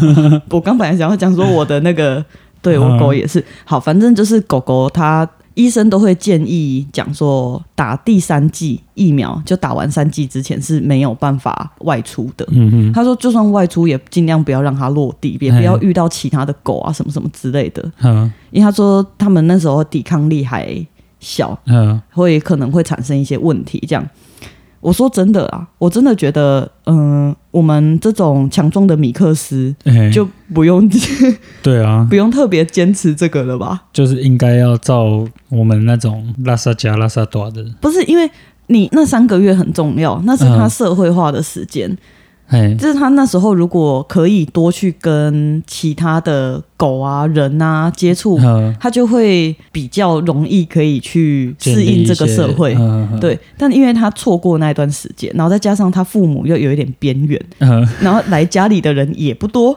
我刚本来想要讲说我的那个，对我
嗯
狗也是，好，反正就是狗狗它医生都会建议讲说打第三剂疫苗，就打完三剂之前是没有办法外出的。
嗯哼，
他说，就算外出也尽量不要让它落地，也不
嗯
要遇到其他的狗啊什么什么之类的，
嗯
因为他说他们那时候抵抗力还小，
嗯，
会可能会产生一些问题。这样，我说真的啊，我真的觉得，嗯、我们这种强壮的米克斯
哎、
就不用、
对啊
不，用特别坚持这个了吧？
就是应该要照我们那种拉萨加、拉萨多的，
不是因为。你那三个月很重要，那是他社会化的时间。
哎，
就是他那时候如果可以多去跟其他的狗啊、人啊接触，
嗯，
他就会比较容易可以去适应这个社会。
嗯，嗯，
对，但因为他错过那一段时间，然后再加上他父母又有一点边缘，
嗯，
然后来家里的人也不 多，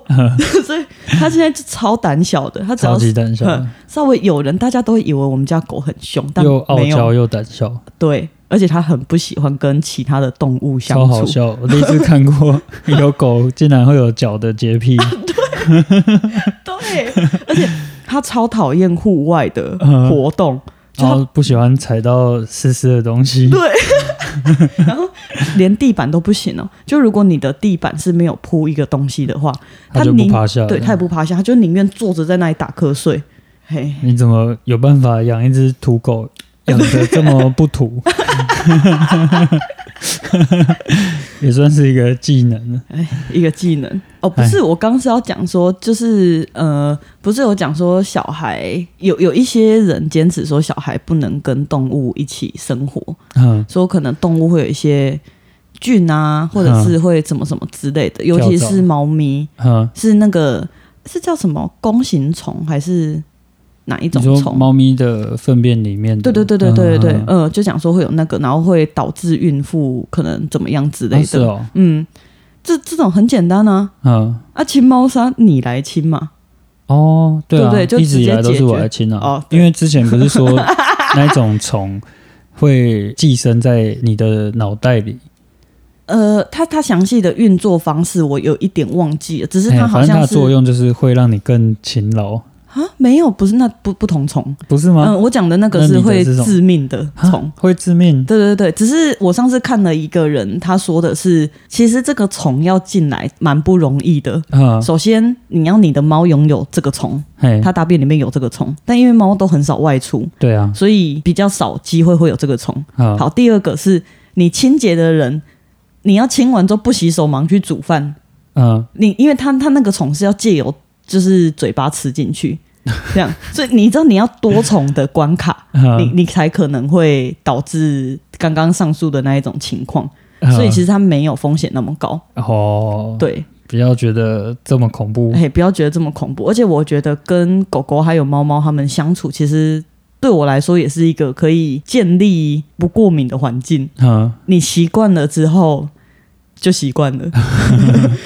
所以他现在就超胆小的。他只
超
要
级胆小，
嗯稍微有人，大家都会以为我们家狗很凶，但
又傲
没
娇
有。
又胆小，
对，而且他很不喜欢跟其他的动物相
超好
处。
笑。我第一次看 过
啊
有狗竟然会有脚的洁癖，
对，而且他超讨厌户外的
嗯
活 动，就
然
他
后不喜欢踩到湿湿的东西，
然后连地板都不行哦。就如果你的地板是没有铺一个东西的话，
他就不
宁
趴下了。
对他也不趴下，他就宁愿坐着在那里打瞌睡。嘿，
你怎么有办法养一只土狗，养 的这么不土？ 也算是一个技能 了。
一个技
哎
能哦，不是，我刚刚是要讲说，就是呃，不是有讲说小孩有有一些人坚持说小孩不能跟动物一起生活，
嗯，
说可能动物会有一些菌啊，或者是会怎么什么之类的，尤其
跳蚤
是猫咪，
嗯，
是那个是叫什么弓形虫还是哪一
你
种
说
虫？
猫咪的粪便里面的，
对对对对对对对，
嗯嗯嗯
呃，就讲说会有那个，然后会导致孕妇可能怎么样之类
哦是
的。
哦，
嗯，这这种很简单啊，
嗯，
啊，亲猫砂你来亲嘛，
哦，对啊，
对不对就
一直以来
直接
都
解
是我
决
来亲啊，
哦对
因为之前不是 说那种虫会寄生在你的脑袋里，
呃，它它详细的运作方式我有一点忘记了，只是
哎
它好
反正它
像
的
是
作用就是会让你更勤劳，
啊，没有，不是那不不同虫，
不是吗？
嗯，我讲的那个
那你
是
的
会
是什么
致命的
啊
嗯虫。
会致命，
对对对，只是我上次看了一个人，他说的是，其实这个虫要进来蛮不容易的。
啊，嗯
首先，你要你的猫拥有这个虫，
嘿，
它大便里面有这个虫，但因为猫都很少外出，
对啊，
所以比较少机会会有这个虫。
啊，
好，第二个是你清洁的人，你要清完之后不洗手，忙去煮饭，
嗯，
你因为他他那个虫是要借由就是嘴巴吃进 去，这样，所以你知道你要多重的关卡，你
嗯
你才可能会导致刚刚上述的那一种情况，所以其实它没有风险那么高，
嗯哦，，
对，
不要觉得这么恐怖，
哎，不要觉得这么恐怖，而且我觉得跟狗狗还有猫猫它们相处，其实对我来说也是一个可以建立不过敏的环境。
嗯，
你习惯了之后就习惯了，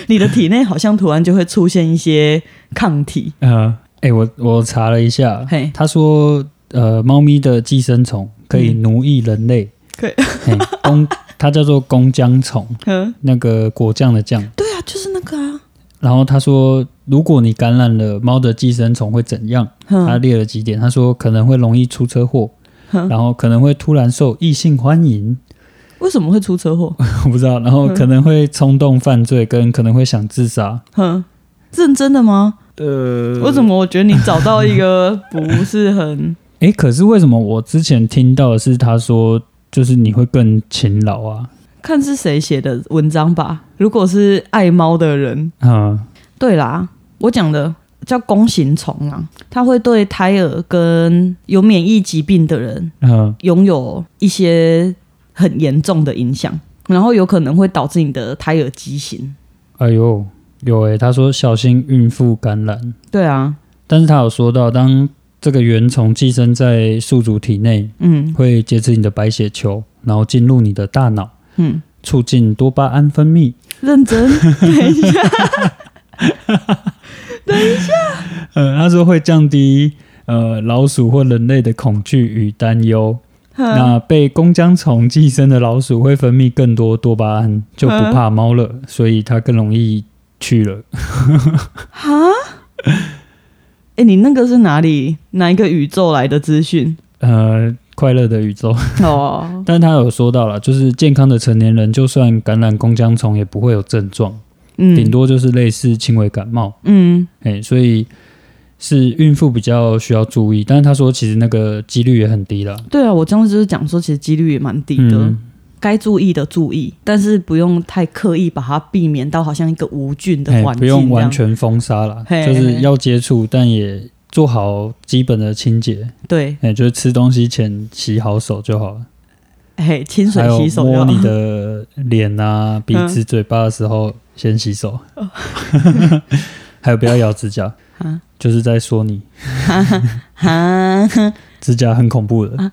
你的体内好像突然就会出现一些抗体。
嗯，哎，我我查了一下，
嘿，
他说，呃，猫咪的寄生虫可以奴役人类，
可以
嘿，公，它叫做公姜虫，
嗯，
那个果酱的酱。
对啊，就是那个啊，
然后他说，如果你感染了猫的寄生虫会怎样？他
嗯
列了几点，他说可能会容易出车祸，
哼
然后可能会突然受异性欢迎，
为什么会出车祸？
我不知
嗯
道，然后可能会冲动犯罪，跟可能会想自杀。
哼，认真的吗？
呃
为什？么我觉得你找到一个不是很……
哎，可是为什么我之前听到的是他说，就是你会更勤劳啊？
看是谁写的文章吧？如果是爱猫的人，
嗯，
对啦，我讲的叫弓形虫啊，它会对胎儿跟有免疫疾病的人
嗯，
拥有一些很严重的影响，然后有可能会导致你的胎儿畸形。
哎呦，有诶，他说小心孕妇感染，
对啊，
但是他有说到，当这个原虫寄生在宿主体内，
嗯
会劫持你的白血球，然后进入你的大脑，
嗯，
促进多巴胺分泌。
认 真，等一下，
呃，他说会降低呃老鼠或人类的恐惧与担忧。
嗯
那被弓浆虫寄生的老鼠会分泌更多多巴胺，就不
嗯
怕猫了，所以它更容易去了。
哈，哎、你那个是哪里哪一个宇宙来的资讯？
呃，快乐的宇宙。
哦，
但他有说到了，就是健康的成年人，就算感染弓浆虫也不会有症状，
嗯，
顶，多就是类似轻微感冒。
嗯
哎、所以是孕妇比较需要注意。但是他说，其实那个几率也很低啦。
对啊，我刚刚就是讲说，其实几率也蛮低的。
嗯，
该注意的注意，但是不用太刻意把它避免到好像一个无菌的
哎、
环境、
不用完全封杀啦，
嘿
就是要接触，但也做好基本的清洁。
对，
哎、就是吃东西前洗好手就好了，
嘿，哎清水
还有
洗手就
摸
好 嗯
你的脸啊、鼻子、嘴巴的时候先洗手， 还有不要咬指甲，
哦啊
就是在说你。
哈，
指甲很恐怖的。
啊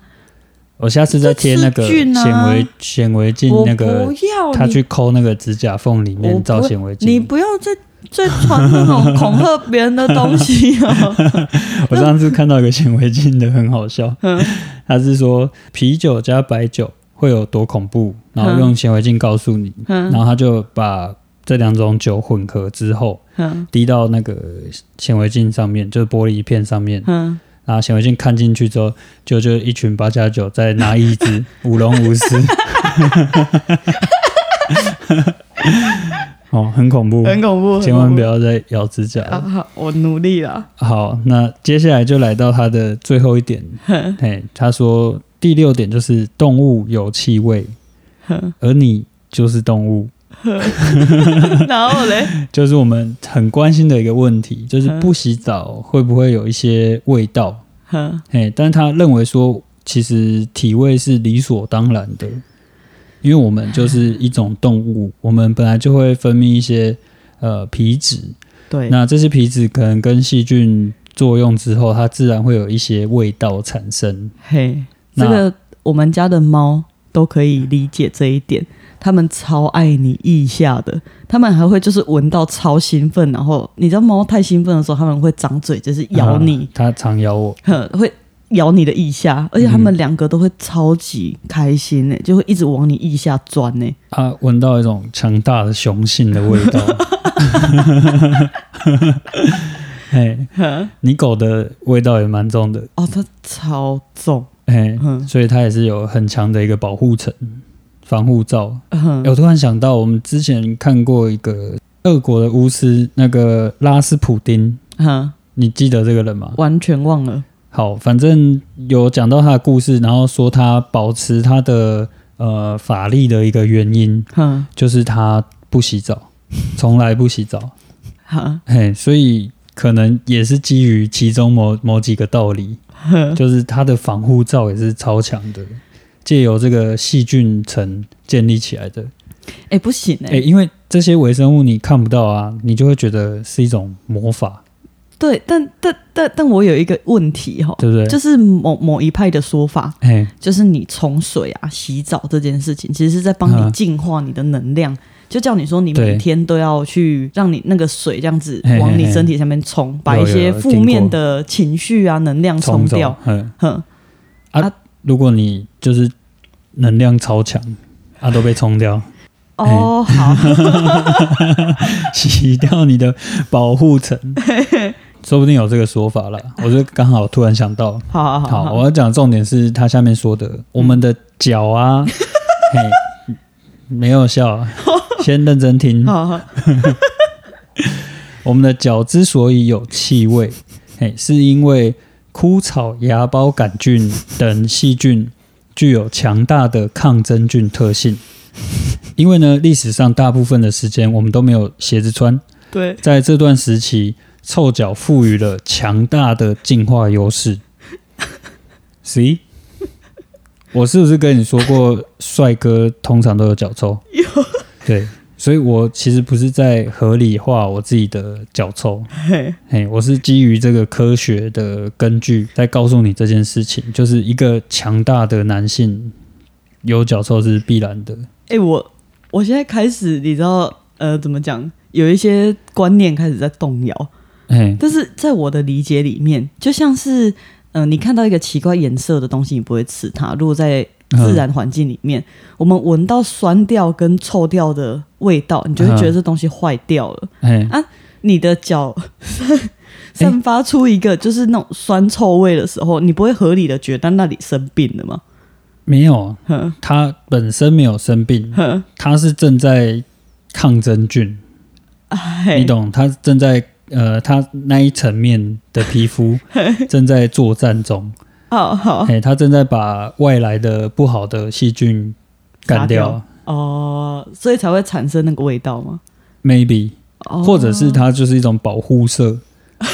我下次再贴那个
这是菌啊
显微显微镜
我
那
不
个，
要
他
你
去抠那个指甲缝里
我
面
不
照显微
你
镜。
不要再再传那种恐吓别人的东西 哦。
我上次看到一个显微镜的很好笑，
嗯
他是说啤酒加白酒会有多恐怖，然后用显微镜告诉你，
嗯
然后他就把这两种酒混合之后，
嗯
滴到那个显微镜上面，就是玻璃片上面，
嗯，
然后显微镜看进去之后，就就一群八加九在拿椅 子，舞龙舞狮。哦，很恐怖，
很恐怖，
千万不
要
要再咬指甲
啊！
了。
好，我努力 了。
好，那接下来就来到他的最后一点，嘿，他说第六点就是动物有气味，而你就是动物，
然后嘞，
就是我们很关心的一个问题，就是不洗澡会不会有一些味道？
嗯
嘿，但他认为说，其实体味是理所当然的，因为我们就是一种动
嗯
物，我们本来就会分泌一些呃皮脂，
对，
那这些皮脂可能跟细菌作用之后，它自然会有一些味道产生。
嘿，
那
这个我们家的猫都可以理解这一点，它们超爱你腋下的，它们还会就是闻到超兴奋，然后你知道猫太兴奋的时候，它们会张嘴就是咬你嗯
啊，它常咬我，
哼，会咬你的腋下，而且它们两个都会超级开心呢、欸就会一直往你腋下钻欸呢、
它啊闻到一种强大的雄性的味 道。 嘿，你狗的味道也蛮重的，
哦，它超重，
嘿，
嗯
所以它也是有很强的一个保护层、防护罩。
嗯
欸我突然想到，我们之前看过一个俄国的巫师，那个拉斯普丁，
哼，
你记得这个人吗？
完全忘了，
好，反正有讲到他的故事，然后说他保持他的呃法力的一个原因，
哼
就是他不洗 澡，从来不洗澡。
哈
嘿，所以可能也是基于其中某某几个道理，
嗯
就是它的防护罩也是超强的，借由这个细菌层建立起来的。
哎、不行哎、
诶，因为这些微生物你看不到啊，你就会觉得是一种魔法，
对，但但但但我有一个问题哈、
对不对？
就是某某一派的说法，
哎，
就是你冲水啊、洗澡这件事情，其实是在帮你
嗯
净化你的能量，就叫你说你
对
每天都要去让你那个水这样子
嗯嘿嘿
往你
嘿
身体上面冲，把
有
一些
有
负
听
面
过
的情绪啊、能量冲
冲走
掉。。
嗯，
哼，
如果你就是能量超强。啊，都被冲掉，
哦，好，
洗掉你的保护 层，说不定有这个说法了。我就刚好突然想到，
好好好嗯
好，我要讲的重点是他下面说的，我们的脚 啊，嘿，没有笑，先认真听。
好好，
我们的脚之所以有气味，嘿，是因为枯草芽孢杆菌等细菌具有强大的抗真菌特性。因为呢，历史上大部分的时间我们都没有鞋子穿，
对，
在这段时期，臭脚赋予了强大的进化优势。谁？我是不是跟你说过，帅哥通常都有脚臭？有。对，所以我其实不是在合理化我自己的脚臭，
嘿，
嘿，我是基于这个科学的根据在告诉你这件事情，就是一个强大的男性有脚臭是必然的。
哎、我我现在开始，你知道，呃，怎么讲？有一些观念开始在动摇，
嘿，
但是在我的理解里面，就像是，嗯、你看到一个奇怪颜色的东西，你不会吃它。如果在
嗯
自然环境里面，我们闻到酸掉跟臭掉的味道，你就会
嗯
觉得这东西坏掉了。
嗯，嘿，
你的脚 散发出一个就是那种酸臭味的时候，你不会合理的觉得那里生病了吗？
没有，
哼
他本身没有生病，
哼，
他是正在抗真菌，
哎
你，懂？他正在呃，他那一层面的皮 肤正在作战中，
好好
哎，他正在把外来的不好的细菌干
杀哦，所以才会产生那个味道吗？
m a y b e
哦
或者是它就是一种保护 色、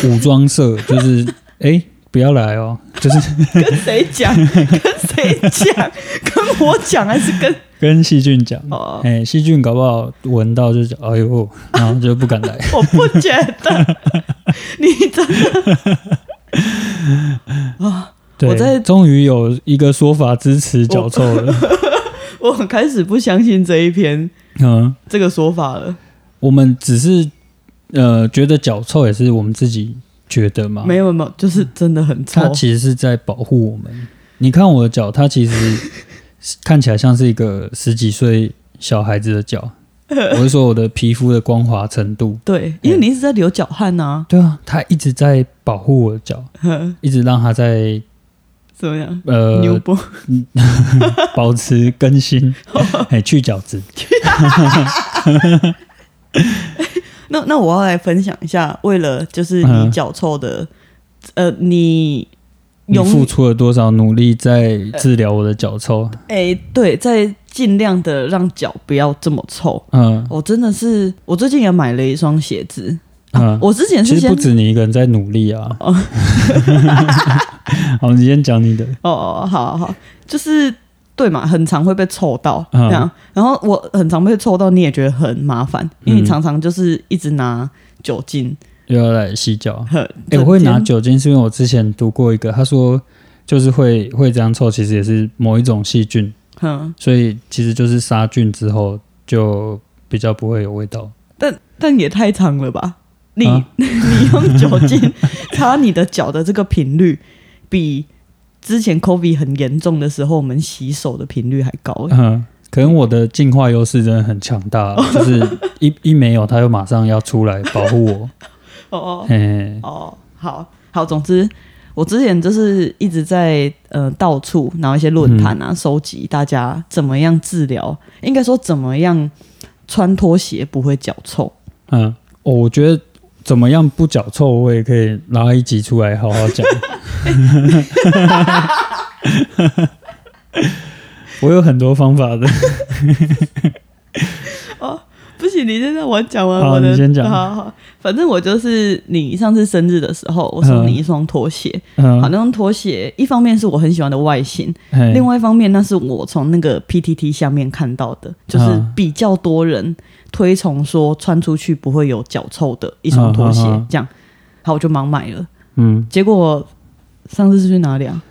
武装色，就是哎、诶不要来哦，就是
跟谁 讲？跟谁讲？跟我讲还是跟？
跟细菌讲。
哦，
哎、细菌搞不好闻到就讲，哎呦，然后就不敢来。
我不觉得， 你真的
对，
我在
终于有一个说法支持脚臭 了。
我开始不相信这一篇
嗯，
这个说法了。
我们只是呃觉得脚臭也是我们自己觉得嘛，
没有没有，就是真的很臭
它。啊其实是在保护我们。你看我的 脚，它其实看起来像是一个十几岁小孩子的脚，我是说我的皮肤的光滑程度。
对，因为你一直在流脚汗呐、
对啊，它一直在保护我的脚，一直让它在
怎么样？
呃
牛波，
保持更 新，哎，去角质。
那那我要来分享一下，为了就是
嗯
你脚臭的，呃，你
你
永
付出了多少努力在治疗我的脚臭？
哎、对，在尽量的让脚不要这么臭。
嗯
我真的是，我最近也买了一双鞋子。啊
嗯，
我之前
其
是
实
先
不止你一个人在努力啊。 好，你先讲你的。
哦，好好好，就是对嘛，很常会被臭到、
嗯
这样。然后我很常被臭到，你也觉得很麻烦，因为
嗯
你常常就是一直拿酒精。
又要来洗脚。
呵
哎、我会拿
酒
酒精是因为我之前读过一个，他说就是会会这样臭，其实也是某一种细菌，
精，嗯，
所以其实就是杀菌之后就比较不会有味道。
但但也太长了吧？ 你、
啊
你用酒精擦你的脚的这个频率，比之前 COVID 很严重的时候我们洗手的频率还高、欸。
嗯，可能我的进化优势真的很强大，啊就是一一没有，它就马上要出来保护我。
哦哦
嘿嘿，
哦，好好，总之我之前就是一直在呃到处，然后一些
嗯
论坛啊，收、集大家怎么样治疗，应该说怎么样穿拖鞋不会脚臭。
嗯，哦，我觉得怎么样不脚臭，我也可以拉一集出来好好 讲。我有很多方法的。
不行，你现在我讲完
好
我的，
你先讲
好好，反正我就是你上次生日的时候，我送你一双拖鞋。
嗯
好，那双拖鞋一方面是我很喜欢的外形，
嘿
另外一方面那是我从那个 PTT 下面看到的，就是
嗯
比较多人推崇说穿出去不会有脚臭的一双拖鞋
嗯嗯嗯。
这样，好，我就盲买了。
嗯，
结果上次是去哪里啊？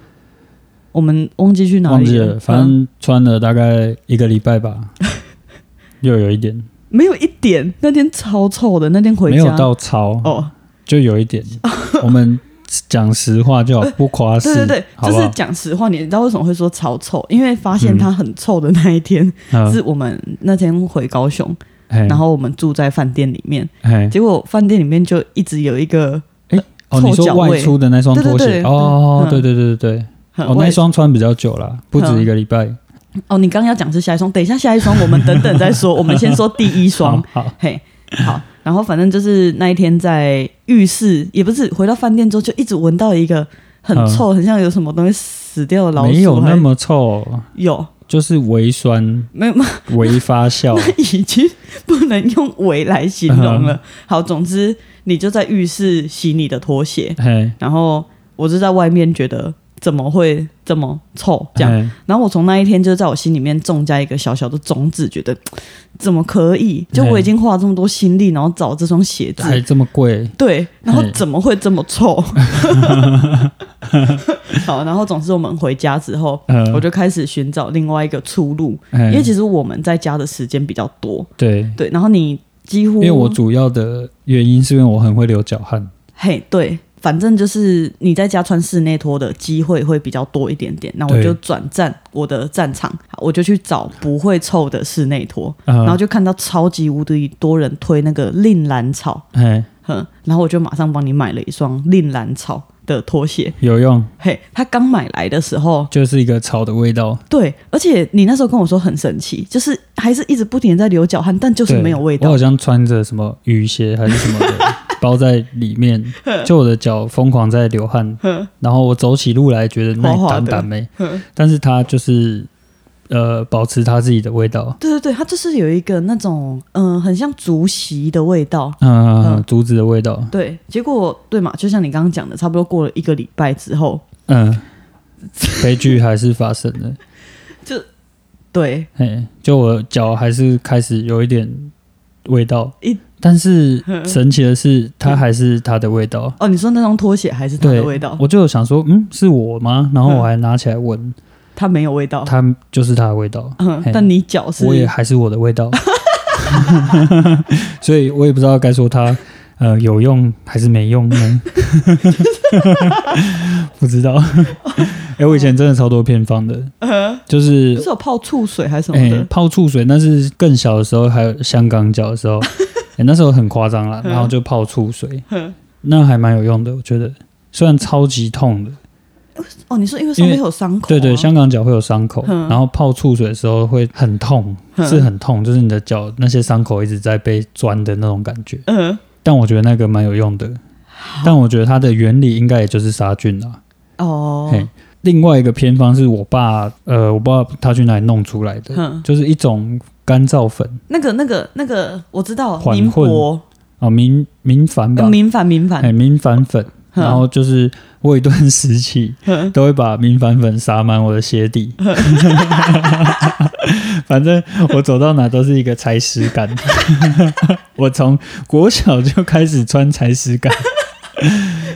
我们忘记去哪
忘
里
记了，反
嗯
正穿了大概一个礼拜吧，又有一点，
没有一点，那天超臭的，那天回
没有
家
到啊潮，
哦。
就有一 点。我们讲实话就好，不夸饰，
对对对，
好
就
不
是
好？
讲实话，你知道为什么会说超臭？因为发现它很臭的那一天，
嗯
是我们那天回高雄，
嘿
然后我们住在饭店里面，
嘿
结果饭店里面就一直有一个，
哦，你
臭
说
脚
外
味
出的那双
对对
拖
对
鞋，哦，
嗯
对对对对对，
很
哦，
我
那
也嗯
双穿比较久了，不止一个礼拜。
哦，你刚刚要讲是下一双，等一下下一双我们等等再 说，我们先说第一双，
好，好
嘿，好，然后反正就是那一天在浴室，也不是回到饭店之后就一直闻到一个很
嗯
臭，很像有什么东西死掉的老鼠，
没有那
还
么臭，
有
就是微 酸、
没有。
微发 酵。
已经不能用围来形容
嗯
了。好，总之你就在浴室洗你的拖鞋，
嘿，
然后我就在外面觉得怎么会这么臭这样。
嘿，
然后我从那一天就在我心里面种下一个小小的种子，觉得怎么可以？就我已经花了这么多心力，然后找这双鞋
还
子。
这么贵，
对，然后
嘿
怎么会这么臭？ 好，然后总之我们回家之后，
嗯
我就开始寻找另外一个出路，
因
因为其实我们在家的时间比较多，
对，
对，然后你几乎
因为我主要的原因是因为我很会流脚汗。
嘿对，反正就是你在家穿室内拖的机会会比较多一点点。那我
对
就转战我的战场，我就去找不会臭的室内拖，
然
然后就看到超级无敌多人推那个令兰草，
哎，
哼，然后我就马上帮你买了一双令兰草的拖鞋。
有用，
嘿，他刚买来的时候，
就是一个草的味道，
对，而且你那时候跟我说很神奇，就是还是一直不停地在流脚汗，但就是
对
没有味
我
道
好。像穿着什么雨鞋还是什么 的包在里面，就我的脚疯狂在流汗，然后我走起路来觉得那
滑滑
胆
的
胆没，但是它就是呃保持它自己的味道，
对对对，它就是有一个那种嗯、呃很像竹席的味道。
嗯，
嗯
竹子的味道，
对，结果对嘛，就像你刚刚讲的，差不多过了一个礼拜之后，
嗯， 悲剧还是发生了，
对，
嘿，就我的脚还是开始有一点味道
一，
但是神奇的是它还是它的味道。
哦，你说那双拖鞋还是它
对
的味道，
我就有想说，嗯，是我吗？然后我还拿起来闻，
它没有味道，
它就是它的味道，
嗯
嘿，
但你脚哦是
我也还是我的味道， 所以我也不知道该说它呃有 用还是没用呢，不知道。哎、哎，我以前真的超多偏方的，就是
不是有泡醋水还是什
哎、
嗯么的？
泡醋水那是更小的时候，还有香港脚的 时候，哎、那时候很夸张啦。
嗯
然后就泡醋水，那还蛮有用的，我觉得。虽然超级痛的，
哦，你说因为上面有伤口、啊？
对对，香港脚会有伤口，然后泡醋水的时候会很痛，是很痛，就是你的脚那些伤口一直在被钻的那种感觉。
嗯
但我觉得那个蛮有用的，但我觉得它的原理应该也就是杀菌啦。
哦，
嘿，另外一个偏方是我爸，呃，我不知道他去哪里弄出来的，
哼，
就是一种干燥粉。
那个那个那个，我知道，
缓
民
混
国
哦，明明矾吧，
民反民
哎，
反，
明矾粉。
嗯
然后就是我有一段时期都会把明矾粉撒满我的鞋底， 反正我走到哪都是一个踩屎感。 我从国小就开始穿踩屎感，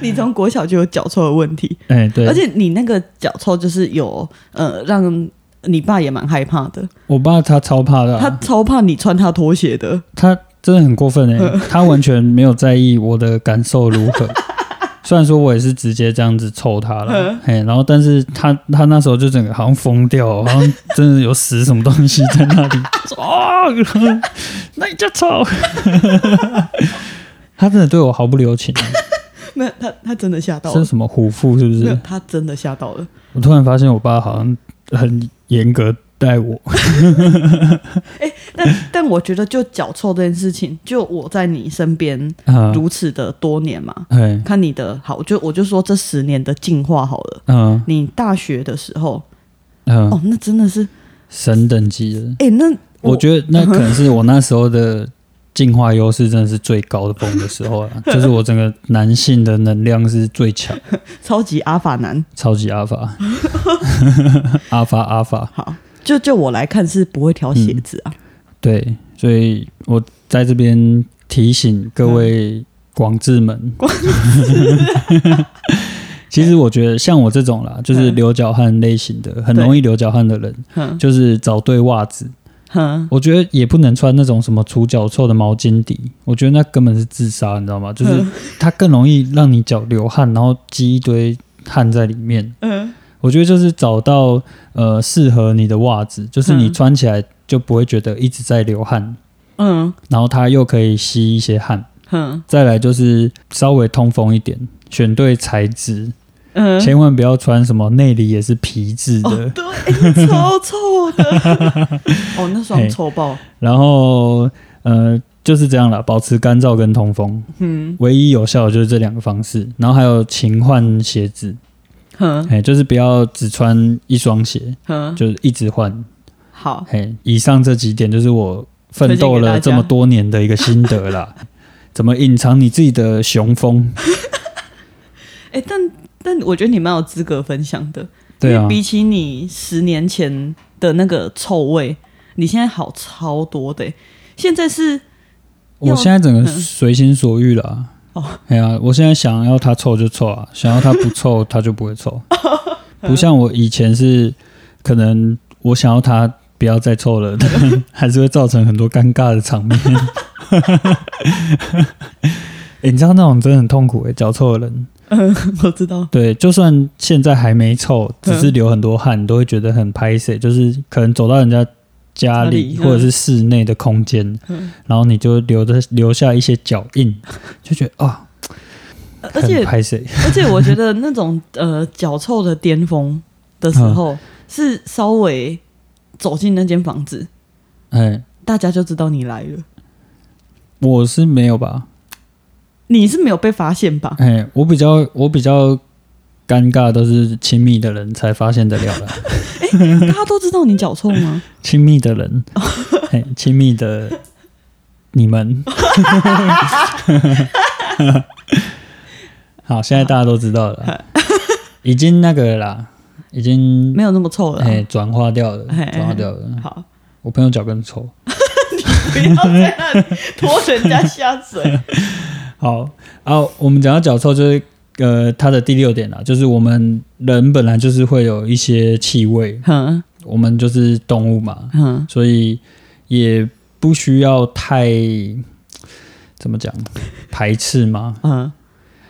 你从国小就有脚臭的问题，
哎，对，
而且你那个脚臭就是有呃，让你爸也蛮害怕的，
我爸他超怕的啊、
他超怕你穿他拖鞋的。
他真的很过分哎、他完全没有在意我的感受如何。虽然说我也是直接这样子抽他了，嘿，然后但是他他那时候就整个好像疯掉哦，好像真的有死什么东西在那里，说啊，那你就臭。他真的对我毫不留情，啊
没有，他他真的吓到
这是
了，
什么虎父是不
没有，
是？
他真的吓到了。
我突然发现我爸好像很严格待我，
但但我觉得，就脚臭这件事情，就我在你身边
啊，
如此的多年嘛，
嘿，
看你的好，就我就说这十年的进化好了。
嗯
你大学的时候，
嗯，
哦，那真的是，
神等级的，
哎、那
我觉得那可能是我那时候的进化优势真的是最高峰的时候啊，就是我整个男性的能量是最强，
超级阿法男，
超级阿 法，阿法阿法，
好，就就我来看是不会挑鞋子啊，
对，所以我在这边提醒各位嗯广智们，其实我觉得像我这种啦，就是流脚汗类型的，很容易流脚汗的人，
嗯
就是找对袜子，
哼，
我觉得也不能穿那种什么除脚臭的毛巾底，我觉得那根本是自杀，你知道吗？就是它更容易让你脚流汗，然后积一堆汗在里面。
嗯，
我觉得就是找到呃适合你的袜子，就是你
嗯
穿起来就不会觉得一直在流汗，
嗯
然后它又可以吸一些汗。
哼，
再来就是稍微通风一点，选对材质，
嗯，哦
千万不要穿什么内里也是皮质的。
对，欸超 臭的，哦，那双臭爆，
然后呃就是这样了，保持干燥跟通风，嗯，唯一有效的就是这两个方式。然后还有勤换鞋子，
哼
哎，就是不要只穿一双鞋，
哼，
就是一直换。
好，
嘿，以上这几点就是我奋斗了这么多年的一个心得啦。怎么隐藏你自己的雄风？
哎、但但我觉得你蛮有资格分享的，
对
因
啊
为，比起你十年前的那个臭味，你现在好超多的、欸现 在是
我现在整个随心所欲啦。
哦
哎呀，我现在想要它臭就臭啊，想要它不臭它就不会臭，不像我以前是可能我想要它不要再臭了， 但还是会造成很多尴尬的场面。 哎，你知道那种真的很痛苦哎、脚臭的人，
我知道，
对，就算现在还没臭，只
嗯
是流很多汗，你都会觉得很拍摄，就是可能走到人家家里
家里嗯
或者是室内的空间，
嗯
然后你就留着留下一些脚 印，就觉得啊，
呃而
很
且
拍摄。
而且我觉得那种呃脚臭的巅峰的
嗯
时候，是稍微走进那间房子，
哎，
大家就知道你来了。
我是没有吧？
你是没有被发现吧？
哎，我比较我比较尴尬，都是亲密的人才发现得了啦。
大家都知道你脚臭吗？
亲密的人，嘿亲密的你们。 好，现在大家都知道了， 已经那个了啦，已经
没有那么臭了啊、
哎转化掉了，
哎
转化掉了。
好，
我朋友脚更臭。
不要在那里拖人家下 水。
好啊，我们讲到脚臭，就是呃，它的第六点啦，就是我们人本来就是会有一些气味，
哼
我们就是动物嘛，
哼，
所以也不需要太怎么讲排斥吗？
嗯，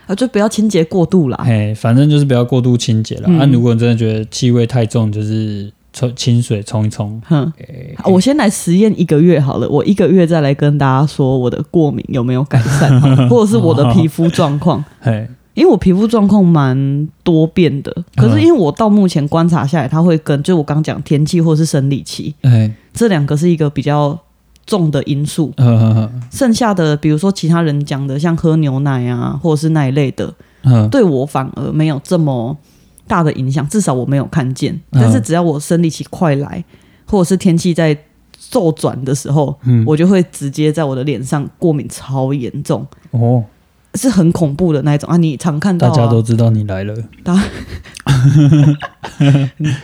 啊，就不要清洁过度啦。
嘿，反正就是不要过度清洁了。那、
啊嗯
啊、如果你真的觉得气味太重，就是冲清水冲一冲。
哼，
诶
啊好我先来实验一个月好了，我一个月再来跟大家说我的过敏有没有改善，好了或者是我的皮肤状况。
嘿，
因为我皮肤状况蛮多变的，可是因为我到目前观察下来，它会跟就我刚讲天气或是生理期
哎，
这两个是一个比较重的因素，
呵呵呵，
剩下的比如说其他人讲的像喝牛奶啊，或者是那一类的，
嗯，
对我反而没有这么大的影响，至少我没有看见。
嗯
但是只要我生理期快来，或者是天气在骤转的时候，
嗯
我就会直接在我的脸上过敏超严重，
哦，
是很恐怖的那一种啊！你常看到、
大
啊，
家都知道你来了，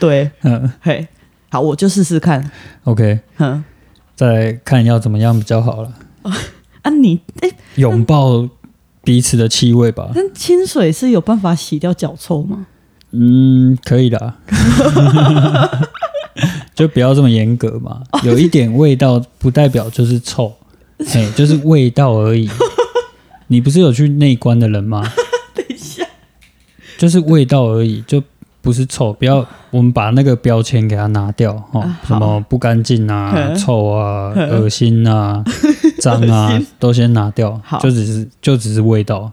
对，
嗯
嘿，好，我就试试看，
，OK，
哼。
再来看要怎么样比较好了，
啊你，
拥抱彼此的气味吧。
但清水是有办法洗掉脚臭吗？
嗯，可以 的，就不要这么严格嘛。有一点味道不代表就是 臭，哎，就是味道而已。你不是有去内观的人吗？
等一下，
就是味道而已，就不是臭。不要，我们把那个标签给它拿掉哦
啊，
什么不干净啊、
嗯
臭啊、恶心啊、脏啊，都先拿掉
好，啊
就只是就只是味道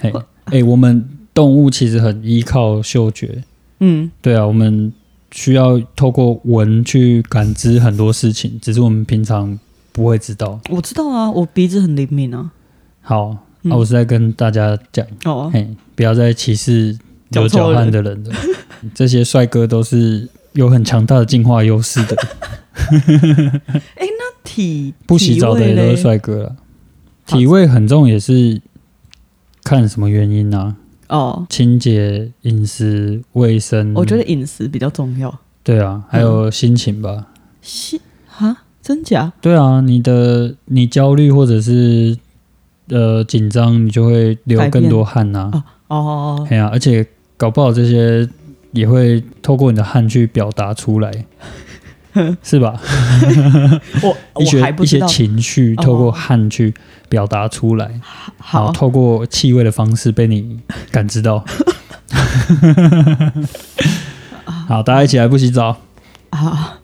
嘿，哎，我们动物其实很依靠嗅觉，
嗯，
对啊，我们需要透过闻去感知很多事情，只是我们平常不会知道。
我知道啊，我鼻子很灵敏啊。
好，那、
嗯
啊我是在跟大家讲。
哦，
嘿，不要再歧视有脚汗的人了。这些帅哥都是有很强大的进化优势的，
体
不洗澡的也都是，
体味嘞
帅哥了。体味很重也是看什么原因啊？
哦，
清洁、饮食、卫生，
我觉得嗯饮食比较重要。
对啊，还有心情吧。
是哈，真假？
对啊，你的你焦虑或者是呃紧张，你就会流
改变
更多汗呐、啊。
哦，
哎呀、而且搞不好这些也会透过你的汗去表达出 来，是吧？
我
一些
我还不
一
知
些
道。
情绪
哦
透过汗去表达出来，然
好
后，透过气味的方式被你感知 到。好，大家一起来不洗澡，
啊，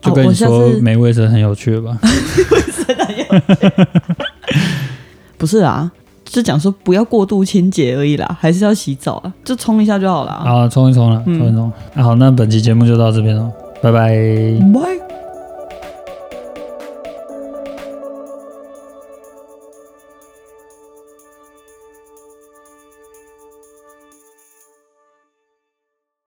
就
哦
跟
我
你
下
说
次
没卫生很有趣了吧？
不是啊，就讲说不要过度清洁而已啦，还是要洗澡啊，就冲一下就好了啊。
哦啊，冲一冲了，冲一冲。啊好，那本期节目就到这边了，拜拜。
拜。